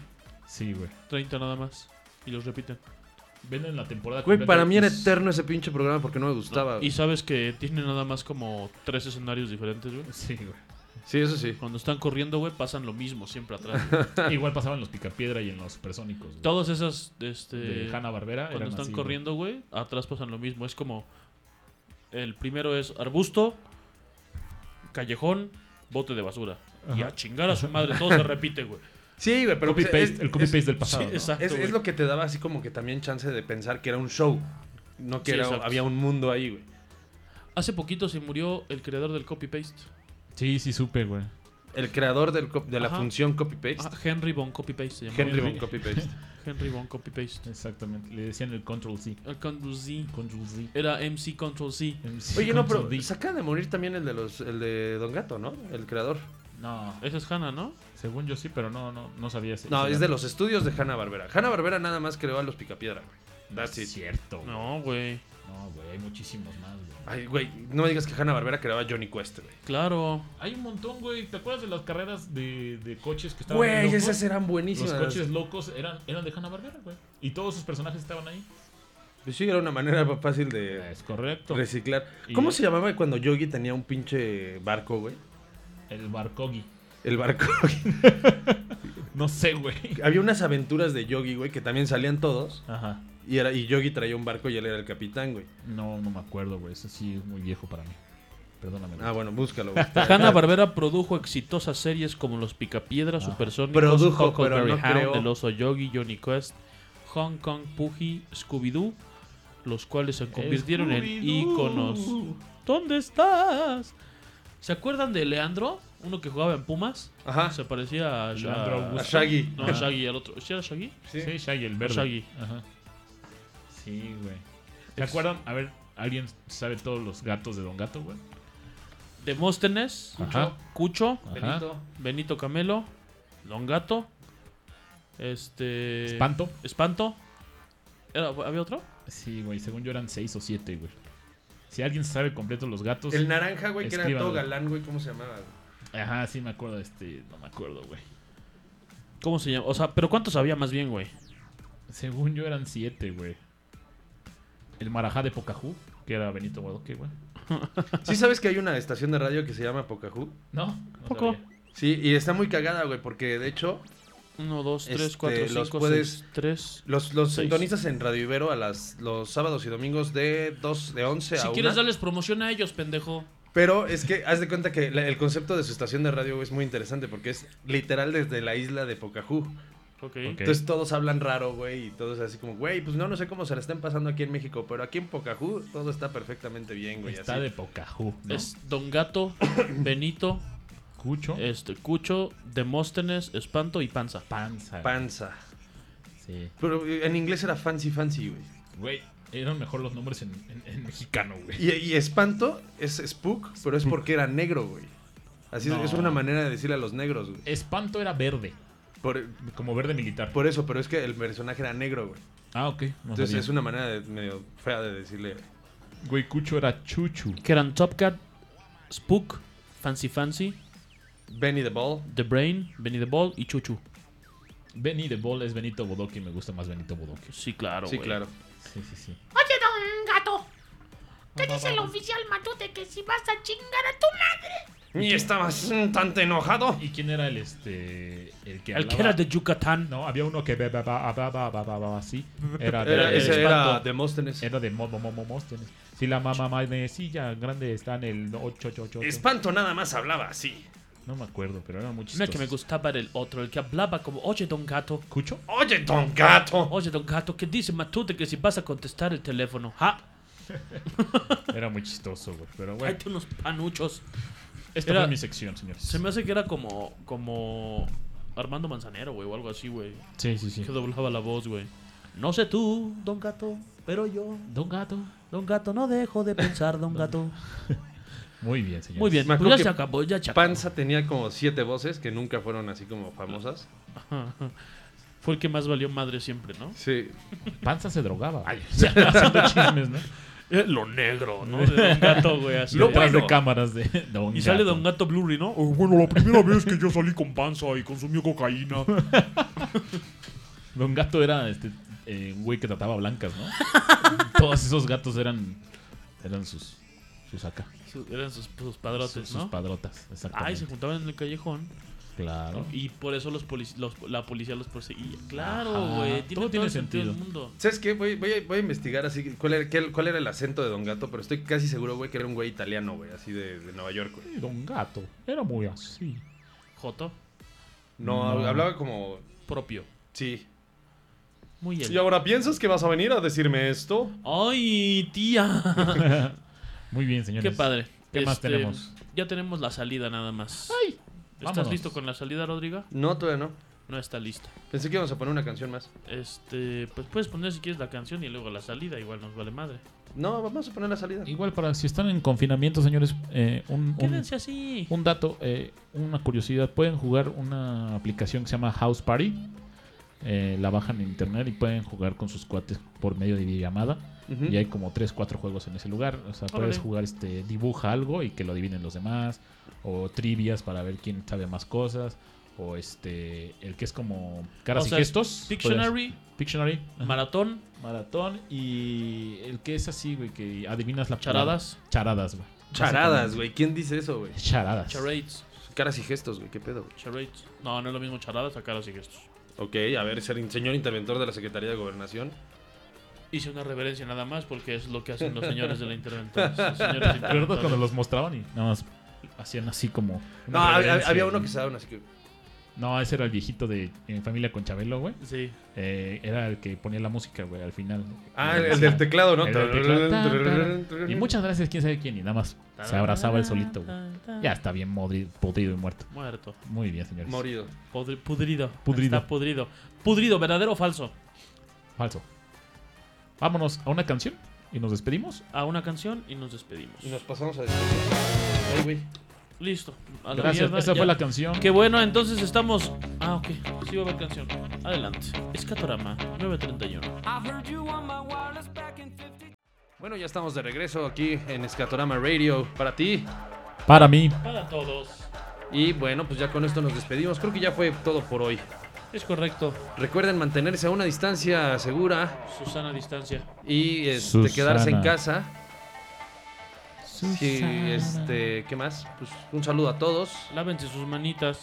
C: Sí, güey.
B: 30 nada más. Y los repiten.
C: Venden la temporada
D: Güey,
C: completa
D: para mí era
C: y-
D: eterno ese pinche programa porque no me gustaba.
B: Y
D: güey.
B: sabes que tiene nada más como tres escenarios diferentes, güey.
C: Sí, güey.
D: Sí, eso sí.
B: Cuando están corriendo, güey, pasan lo mismo siempre atrás. güey.
C: Igual pasaban los Picapiedra y en los Supersónicos. güey.
B: Todas esas, este...
C: de Hanna Barbera.
B: cuando están corriendo, güey, atrás pasan lo mismo. Es como... El primero es arbusto, callejón, bote de basura. Y a chingar a su madre. Todo se repite, güey.
D: Sí, güey, pero
C: Copy
D: pues,
C: -paste,
D: es-
C: el copy
D: es-
C: paste del pasado. ¿no?
B: Exacto,
D: Es, es
B: güey.
D: lo que te daba así como que también chance de pensar que era un show. No que
B: Sí,
D: era-
B: exacto.
D: había un mundo ahí, güey.
B: Hace poquito se murió el creador del copy-paste.
C: Sí, sí, supe, güey.
D: El creador del cop- de la
B: Ajá.
D: función copy-paste.
B: Ah, Henry Von Copy-Paste se llamaba.
D: Henry von Copy-Paste.
B: Henry Von Copy-Paste.
C: Exactamente. Le decían el Control C.
B: El Control Z.
C: Control Z.
B: Era MC Control Z.
C: El C,
D: Oye, no, pero
C: Control D.
D: se acaba de morir también el de los el de Don Gato, ¿no? El creador.
C: No,
B: Esa es Hannah, ¿no?
C: según yo sí, pero no, no, no sabía ese.
D: No,
C: ese
D: es de
C: dato.
D: los estudios de Hanna-Barbera. Hanna-Barbera nada más creó a los Picapiedra, güey.
C: No es
D: That's it.
C: cierto. güey.
B: No, güey.
C: No, güey, hay muchísimos más, güey.
D: Ay, güey, no me digas que Hanna-Barbera creaba a Johnny Quest, güey.
B: Claro.
C: Hay un montón, güey. ¿Te acuerdas de las carreras de, de coches que estaban bien
D: Güey,
C: locos?
D: esas eran buenísimas.
C: Los coches locos eran, eran de Hanna-Barbera, güey. Y todos sus personajes estaban ahí.
D: Pues sí, era una manera fácil de
C: Es correcto.
D: reciclar.
C: Y-
D: ¿Cómo se llamaba cuando Yogi tenía un pinche barco, güey?
C: El Barcogi.
D: El barco.
C: No sé, güey.
D: Había unas aventuras de Yogi, güey, que también salían todos.
C: Ajá.
D: Y, era, y Yogi traía un barco y él era el capitán, güey.
C: No, no me acuerdo, güey. Eso sí es muy viejo para mí. Perdóname. güey.
D: Ah, bueno, búscalo, güey.
B: Hanna Barbera produjo exitosas series como Los Picapiedra, Supersónicos,
D: Produjo,
B: Huckleberry
D: pero no
B: Hound,
D: creó.
B: El Oso Yogi, Johnny Quest, Hong Kong Puji, Scooby-Doo, los cuales
D: Ah,
B: se convirtieron en
C: Scooby-Doo.
B: íconos. ¿Dónde estás? ¿Se acuerdan de Leandro? Uno que jugaba en Pumas.
D: Ajá.
B: Se parecía a,
C: Leandro
B: a-
D: A
C: Augusto.
D: Shaggy.
B: No, a Shaggy, al otro. ¿Sí era Shaggy?
D: Sí.
C: Sí, Shaggy, el verde.
B: Shaggy.
C: Ajá. Sí, güey. ¿Se acuerdan? A ver, ¿alguien sabe todos los gatos de Don Gato, güey?
B: Demóstenes,
C: Ajá.
B: Cucho,
C: Ajá.
B: Benito Camelo, Don Gato, este...
C: Espanto.
B: Espanto. Era- ¿Había otro?
C: Sí, güey. Según yo eran seis o siete, güey. Si alguien sabe completo los gatos.
D: El naranja, güey, que era
C: Escriban,
D: todo
C: güey.
D: galán, güey, ¿cómo se llamaba? güey?
C: Ajá, sí me acuerdo. Este, no me acuerdo, güey.
B: ¿Cómo se llama? O sea, pero ¿cuántos había más bien, güey?
C: Según yo eran siete, güey. El Marajá de Pocahú, que era Benito Guadoque, güey.
D: ¿Sí sabes que hay una estación de radio que se llama Pocahú?
C: No, no
B: Poco.
C: sabía.
D: Sí, y está muy cagada, güey, porque de hecho
B: 1, 2,
D: Este,
B: 3, 4,
D: los
B: 5,
D: puedes-
B: 6, 3.
D: los, los
B: Seis.
D: sintonizas en Radio Ibero a las, los sábados y domingos de 2, de 11
B: Si
D: a
B: quieres,
D: 1.
B: darles promoción a ellos, pendejo.
D: Pero es que haz de cuenta que la- el concepto de su estación de radio güey, es muy interesante porque es literal desde la isla de Pocahú.
B: Ok.
C: Ok.
D: Entonces todos hablan raro, güey, y todos así como, güey, pues no, no sé cómo se la estén pasando aquí en México, pero aquí en Pocahú todo está perfectamente bien, güey.
C: Está
D: así.
C: de Pocahú, ¿no?
B: Es Don Gato, Benito,
C: Cucho.
B: este, Cucho, Demóstenes, Espanto y Panza.
C: Panza.
D: Panza.
C: Sí.
D: Pero eh, en inglés era fancy fancy, güey.
C: Güey, eran mejor los nombres en, en- en mexicano, güey.
D: Y, y espanto es spook, pero es porque era negro, güey. Así es-
C: No.
D: es una manera de decirle a los negros, güey.
C: Espanto era verde,
D: Por,
C: como verde militar.
D: por eso, pero es que el personaje era negro, güey.
C: Ah, ok. no
D: Entonces
C: sabía.
D: es una manera de- medio fea de decirle.
C: Güey, Cucho era Chuchu.
B: Que eran Top Cat, Spook, Fancy Fancy,
D: Benny the Ball.
B: The Brain, Benny the Ball y Chuchu.
C: Benny de Ball es Benito Bodoque y me gusta más Benito Bodoque.
B: Sí, claro,
D: sí,
B: güey.
D: claro.
C: Sí, sí, sí.
F: Oye, don gato, ¿qué dice el oficial Matute que si vas a chingar a tu madre?
D: Y estabas un tanto enojado.
C: ¿Y quién era el este. el que
B: El que
C: hablaba?
B: era de Yucatán.
C: No, había uno que. ba- ba- ba- ba- ba- ba- ba- ba- así. Era de.
D: Era,
C: de-
D: ese era
B: espanto.
D: Demóstenes.
C: era de Momo Momo Móstenes. Si la mamá magnecilla grande está en el 888.
D: Espanto nada más hablaba así.
C: No me acuerdo, pero era muy
B: Mira que me
C: chistosos.
B: gustaba era el otro, el que hablaba como, oye, Don Gato.
C: ¿Cucho?
D: Oye, don gato.
B: Oye, Don Gato, ¿qué dice Matute que si vas a contestar el teléfono? ¡Ja!
C: Era muy chistoso, güey. Pero bueno,
B: Tráete unos panuchos.
C: esta
B: era-
C: fue mi sección, señores.
B: Se me hace que era como, como Armando Manzanero, güey, o algo así, güey.
C: Sí, sí, sí.
B: Que doblaba la voz, güey. No sé tú,
E: Don Gato, pero yo,
C: Don Gato.
E: Don Gato, no dejo de pensar, Don Gato.
C: Muy bien, señores.
B: Muy bien, pues
D: Me acuerdo
B: ya
D: que
B: se acabó, ya se acabó.
D: Panza tenía como siete voces que nunca fueron así como famosas.
B: Fue el que más valió madre siempre, ¿no?
D: Sí.
C: Panza se drogaba. Haciendo chismes, ¿no?
B: Eh, Lo negro, ¿no? De Don Gato, güey, así.
C: Lo
B: de-
C: detrás de cámaras de Don
B: Y sale Don Gato Blurry, ¿no? Oh, bueno, la primera vez que yo salí con panza y consumí cocaína.
C: Don Gato era este eh, un güey que trataba blancas, ¿no? Todos esos gatos eran eran sus sus acá,
B: Su- Eran sus, sus
C: sus-
B: padrotes,
C: sus
B: ¿no?
C: padrotas, exactamente.
B: Ay, se juntaban en el callejón.
C: Claro.
B: Y por eso los polic- los- la policía los perseguía. Claro,
C: Ajá.
B: güey.
C: Todo
B: Tiene todo,
C: tiene
B: el sentido del
C: sentido.
B: mundo.
D: ¿Sabes qué? Voy, voy, a, voy a investigar así cuál era, qué- cuál era el acento de Don Gato, pero estoy casi seguro, güey, que era un güey italiano, güey, así de, de Nueva York, güey.
C: Sí, Don Gato era muy así.
B: Joto,
D: No,
C: No.
D: hablaba como...
B: propio.
D: Sí.
B: Muy él.
D: ahora piensas que vas a venir a decirme esto?
B: ¡Ay, tía!
C: Muy bien, señores.
B: Qué padre. Este,
C: ¿Qué más tenemos?
B: Ya tenemos la salida nada más. ¿Estás
C: vámonos.
B: listo con la salida, Rodrigo?
D: No, todavía no.
B: No está lista.
D: Pensé que íbamos a poner una canción más.
B: Este, pues puedes poner si quieres la canción y luego la salida, igual nos vale madre.
D: No, vamos a poner la salida.
C: Igual para si están en confinamiento, señores, eh, un, un,
B: Quédense así.
C: un dato, eh, una curiosidad, pueden jugar una aplicación que se llama House Party. Eh, la bajan en internet y pueden jugar con sus cuates por medio de videollamada.
D: Ujú.
C: Y hay como 3, 4 juegos en ese lugar. O sea,
B: Órale.
C: puedes jugar este dibuja algo y que lo adivinen los demás. O trivias para ver quién sabe más cosas. O este el que es como caras
B: O
C: y
B: sea,
C: gestos.
B: Pictionary,
C: Puedes- Pictionary. ajá.
B: maratón,
C: Maratón y el que es así, güey, que adivinas la palabra.
B: charadas,
C: Charadas, güey.
D: Charadas, güey. ¿Quién dice eso, güey?
C: Charadas.
B: charades,
D: Caras y gestos, güey. ¿Qué pedo, güey?
B: charades. No, no es lo mismo charadas a caras y gestos.
D: Ok, a ver, ser señor interventor de la Secretaría de Gobernación.
B: Hice una reverencia nada más porque es lo que hacen los señores de la interventora. los señores
C: Recuerdo cuando
B: interventores.
C: los mostraban y nada más hacían así como.
D: No,
C: una
D: había,
C: reverencia.
D: había uno que se daban así que.
C: No, ese era el viejito de En Familia con Chabelo, güey.
B: Sí.
C: Eh, era el que ponía la música, güey, al final.
D: Ah, el, el del teclado, ¿no?
C: El del teclado. Tan, tan. Y muchas gracias, quién sabe quién. Y nada más se abrazaba el solito, güey. Ya está bien modri- podrido y muerto.
B: Muerto.
C: Muy bien, señores.
D: Morido.
B: Podri- pudrido.
C: Pudrido.
B: Está pudrido. Pudrido, ¿verdadero o falso?
C: Falso. Vámonos a una canción y nos despedimos.
B: A una canción y nos despedimos.
D: Y nos pasamos a despedir. Ay, güey.
B: Listo. A la
C: Gracias.
B: mierda,
C: Esa
B: ya.
C: fue la canción.
B: Qué bueno, entonces estamos. Ah, ok. Sí va a haber canción. Adelante. Escatorama 931.
D: Bueno, ya estamos de regreso aquí en Escatorama Radio para ti.
C: Para mí.
B: Para todos.
D: Y bueno, pues ya con esto nos despedimos. Creo que ya fue todo por hoy.
B: Es correcto.
D: Recuerden mantenerse a una distancia segura
B: Susana distancia.
D: y este,
C: Susana.
D: quedarse en casa. Sí, este, ¿qué más? Pues un saludo a todos.
B: Lávense sus manitas.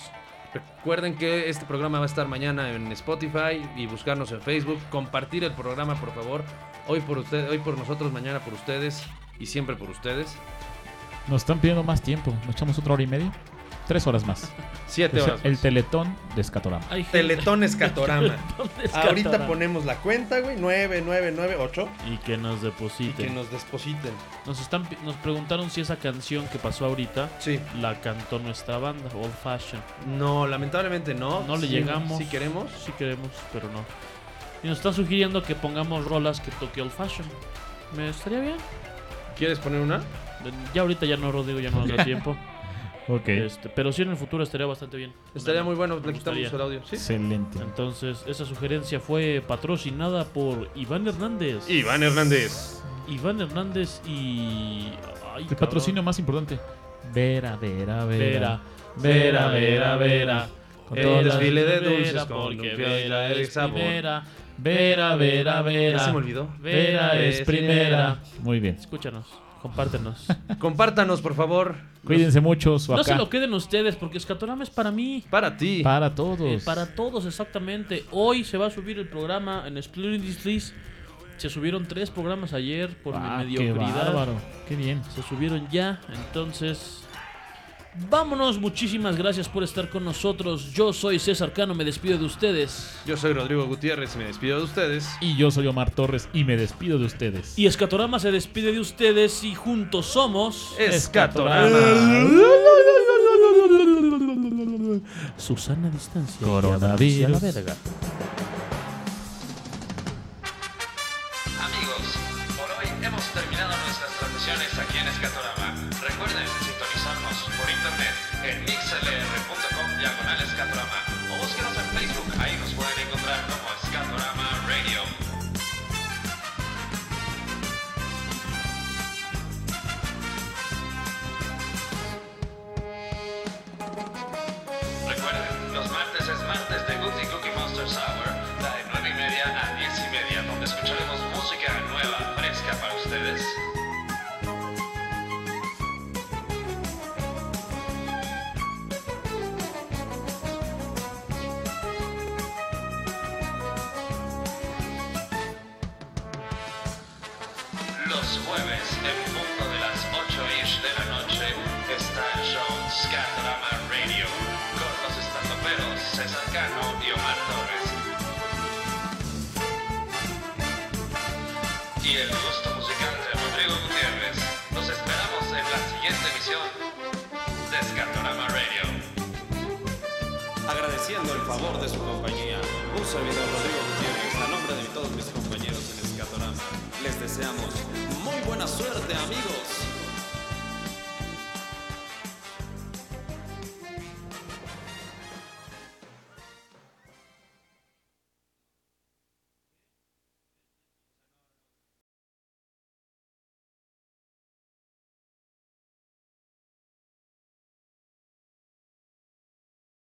D: Recuerden que este programa va a estar mañana en Spotify y buscarnos en Facebook. Compartir el programa, por favor. Hoy por usted, hoy por nosotros, mañana por ustedes y siempre por ustedes.
C: Nos están pidiendo más tiempo. Nos echamos otra hora y media. Tres horas más.
D: Siete
C: O sea,
D: horas.
C: Pues
D: pues.
B: pues.
C: el teletón de Escatorama.
B: Ay, gente.
D: Teletón Escatorama.
B: ¿Dónde es
D: Ahorita
B: Catorama?
D: ponemos la cuenta, güey. 9998.
B: Y que nos
D: Y
B: depositen.
D: que nos depositen.
B: Nos, están, pi- nos preguntaron si esa canción que pasó ahorita
D: Sí.
B: la cantó nuestra banda, Old Fashion.
D: No, lamentablemente no.
B: No le
D: Sí,
B: llegamos.
D: Si queremos.
B: Sí queremos, pero no. Y nos está sugiriendo que pongamos rolas que toque Old Fashion. ¿Me estaría bien?
D: ¿Quieres poner una?
B: Ya ahorita ya no, Rodrigo, ya no nos da tiempo.
C: Ok.
B: Este, pero sí en el futuro estaría bastante bien.
D: Estaría muy bueno.
B: Me
D: Le quitamos
B: gustaría.
D: el audio. Sí.
C: Excelente.
B: Entonces, esa sugerencia fue patrocinada por Iván Hernández.
D: Iván Hernández.
B: Iván Hernández y. Ay,
C: El
B: cabrón.
C: patrocinio más importante. Vera, vera,
B: Vera.
C: vera. Vera, vera, vera. Con
D: El
C: todas las-
D: desfile de
B: Vera,
D: dulces con
B: porque
D: Lumpia y la
B: Vera
D: Eric
B: es
D: Sabor.
B: primera. Vera, Vera,
D: Ya se me
B: Vera.
D: olvidó.
B: Vera es primera.
C: Muy bien.
B: Escúchanos, compártenos.
D: Compártanos, por favor.
C: Cuídense mucho, su
B: no se
C: acá.
B: lo queden ustedes, porque Escatorama es para mí.
D: Para ti.
C: Para
B: Eh,
C: todos.
B: para todos, exactamente. Hoy se va a subir el programa en Splendid Se subieron tres programas ayer por
C: Ah,
B: mi
C: qué
B: mediocridad.
C: bárbaro. Qué bien.
B: se subieron ya. Entonces, vámonos. Muchísimas gracias por estar con nosotros. Yo soy César Cano, me despido de ustedes.
D: Yo soy Rodrigo Gutiérrez y me despido de ustedes.
C: Y yo soy Omar Torres y me despido de ustedes.
B: Y Escatorama se despide de ustedes y juntos somos.
C: Ah.
D: Escatorama.
B: Susana Distancia.
C: Coronavirus.
B: A la verga.
A: Amigos, por hoy hemos terminado nuestras transmisiones aquí en Escatorama. Recuerden sintonizarnos por internet en mixlr.com diagonal Escatorama o búsquenos en Facebook, ahí nos pueden encontrar como Escatorama Radio. Recuerden, los martes es martes de Goofy Cookie Monsters Hour, la de 9 y media a 10 y media, donde escucharemos música nueva, fresca para ustedes. Los jueves, en punto de las 8-ish de la noche, está el show Scatorama Radio con los estandoperos César Cano y Omar Torres. Y el gusto musical de Rodrigo Gutiérrez. Los esperamos. agradeciendo el favor de su compañía. Un servidor Rodrigo Gutiérrez, a nombre de todos mis compañeros en Escatorama, les deseamos muy buena suerte, amigos.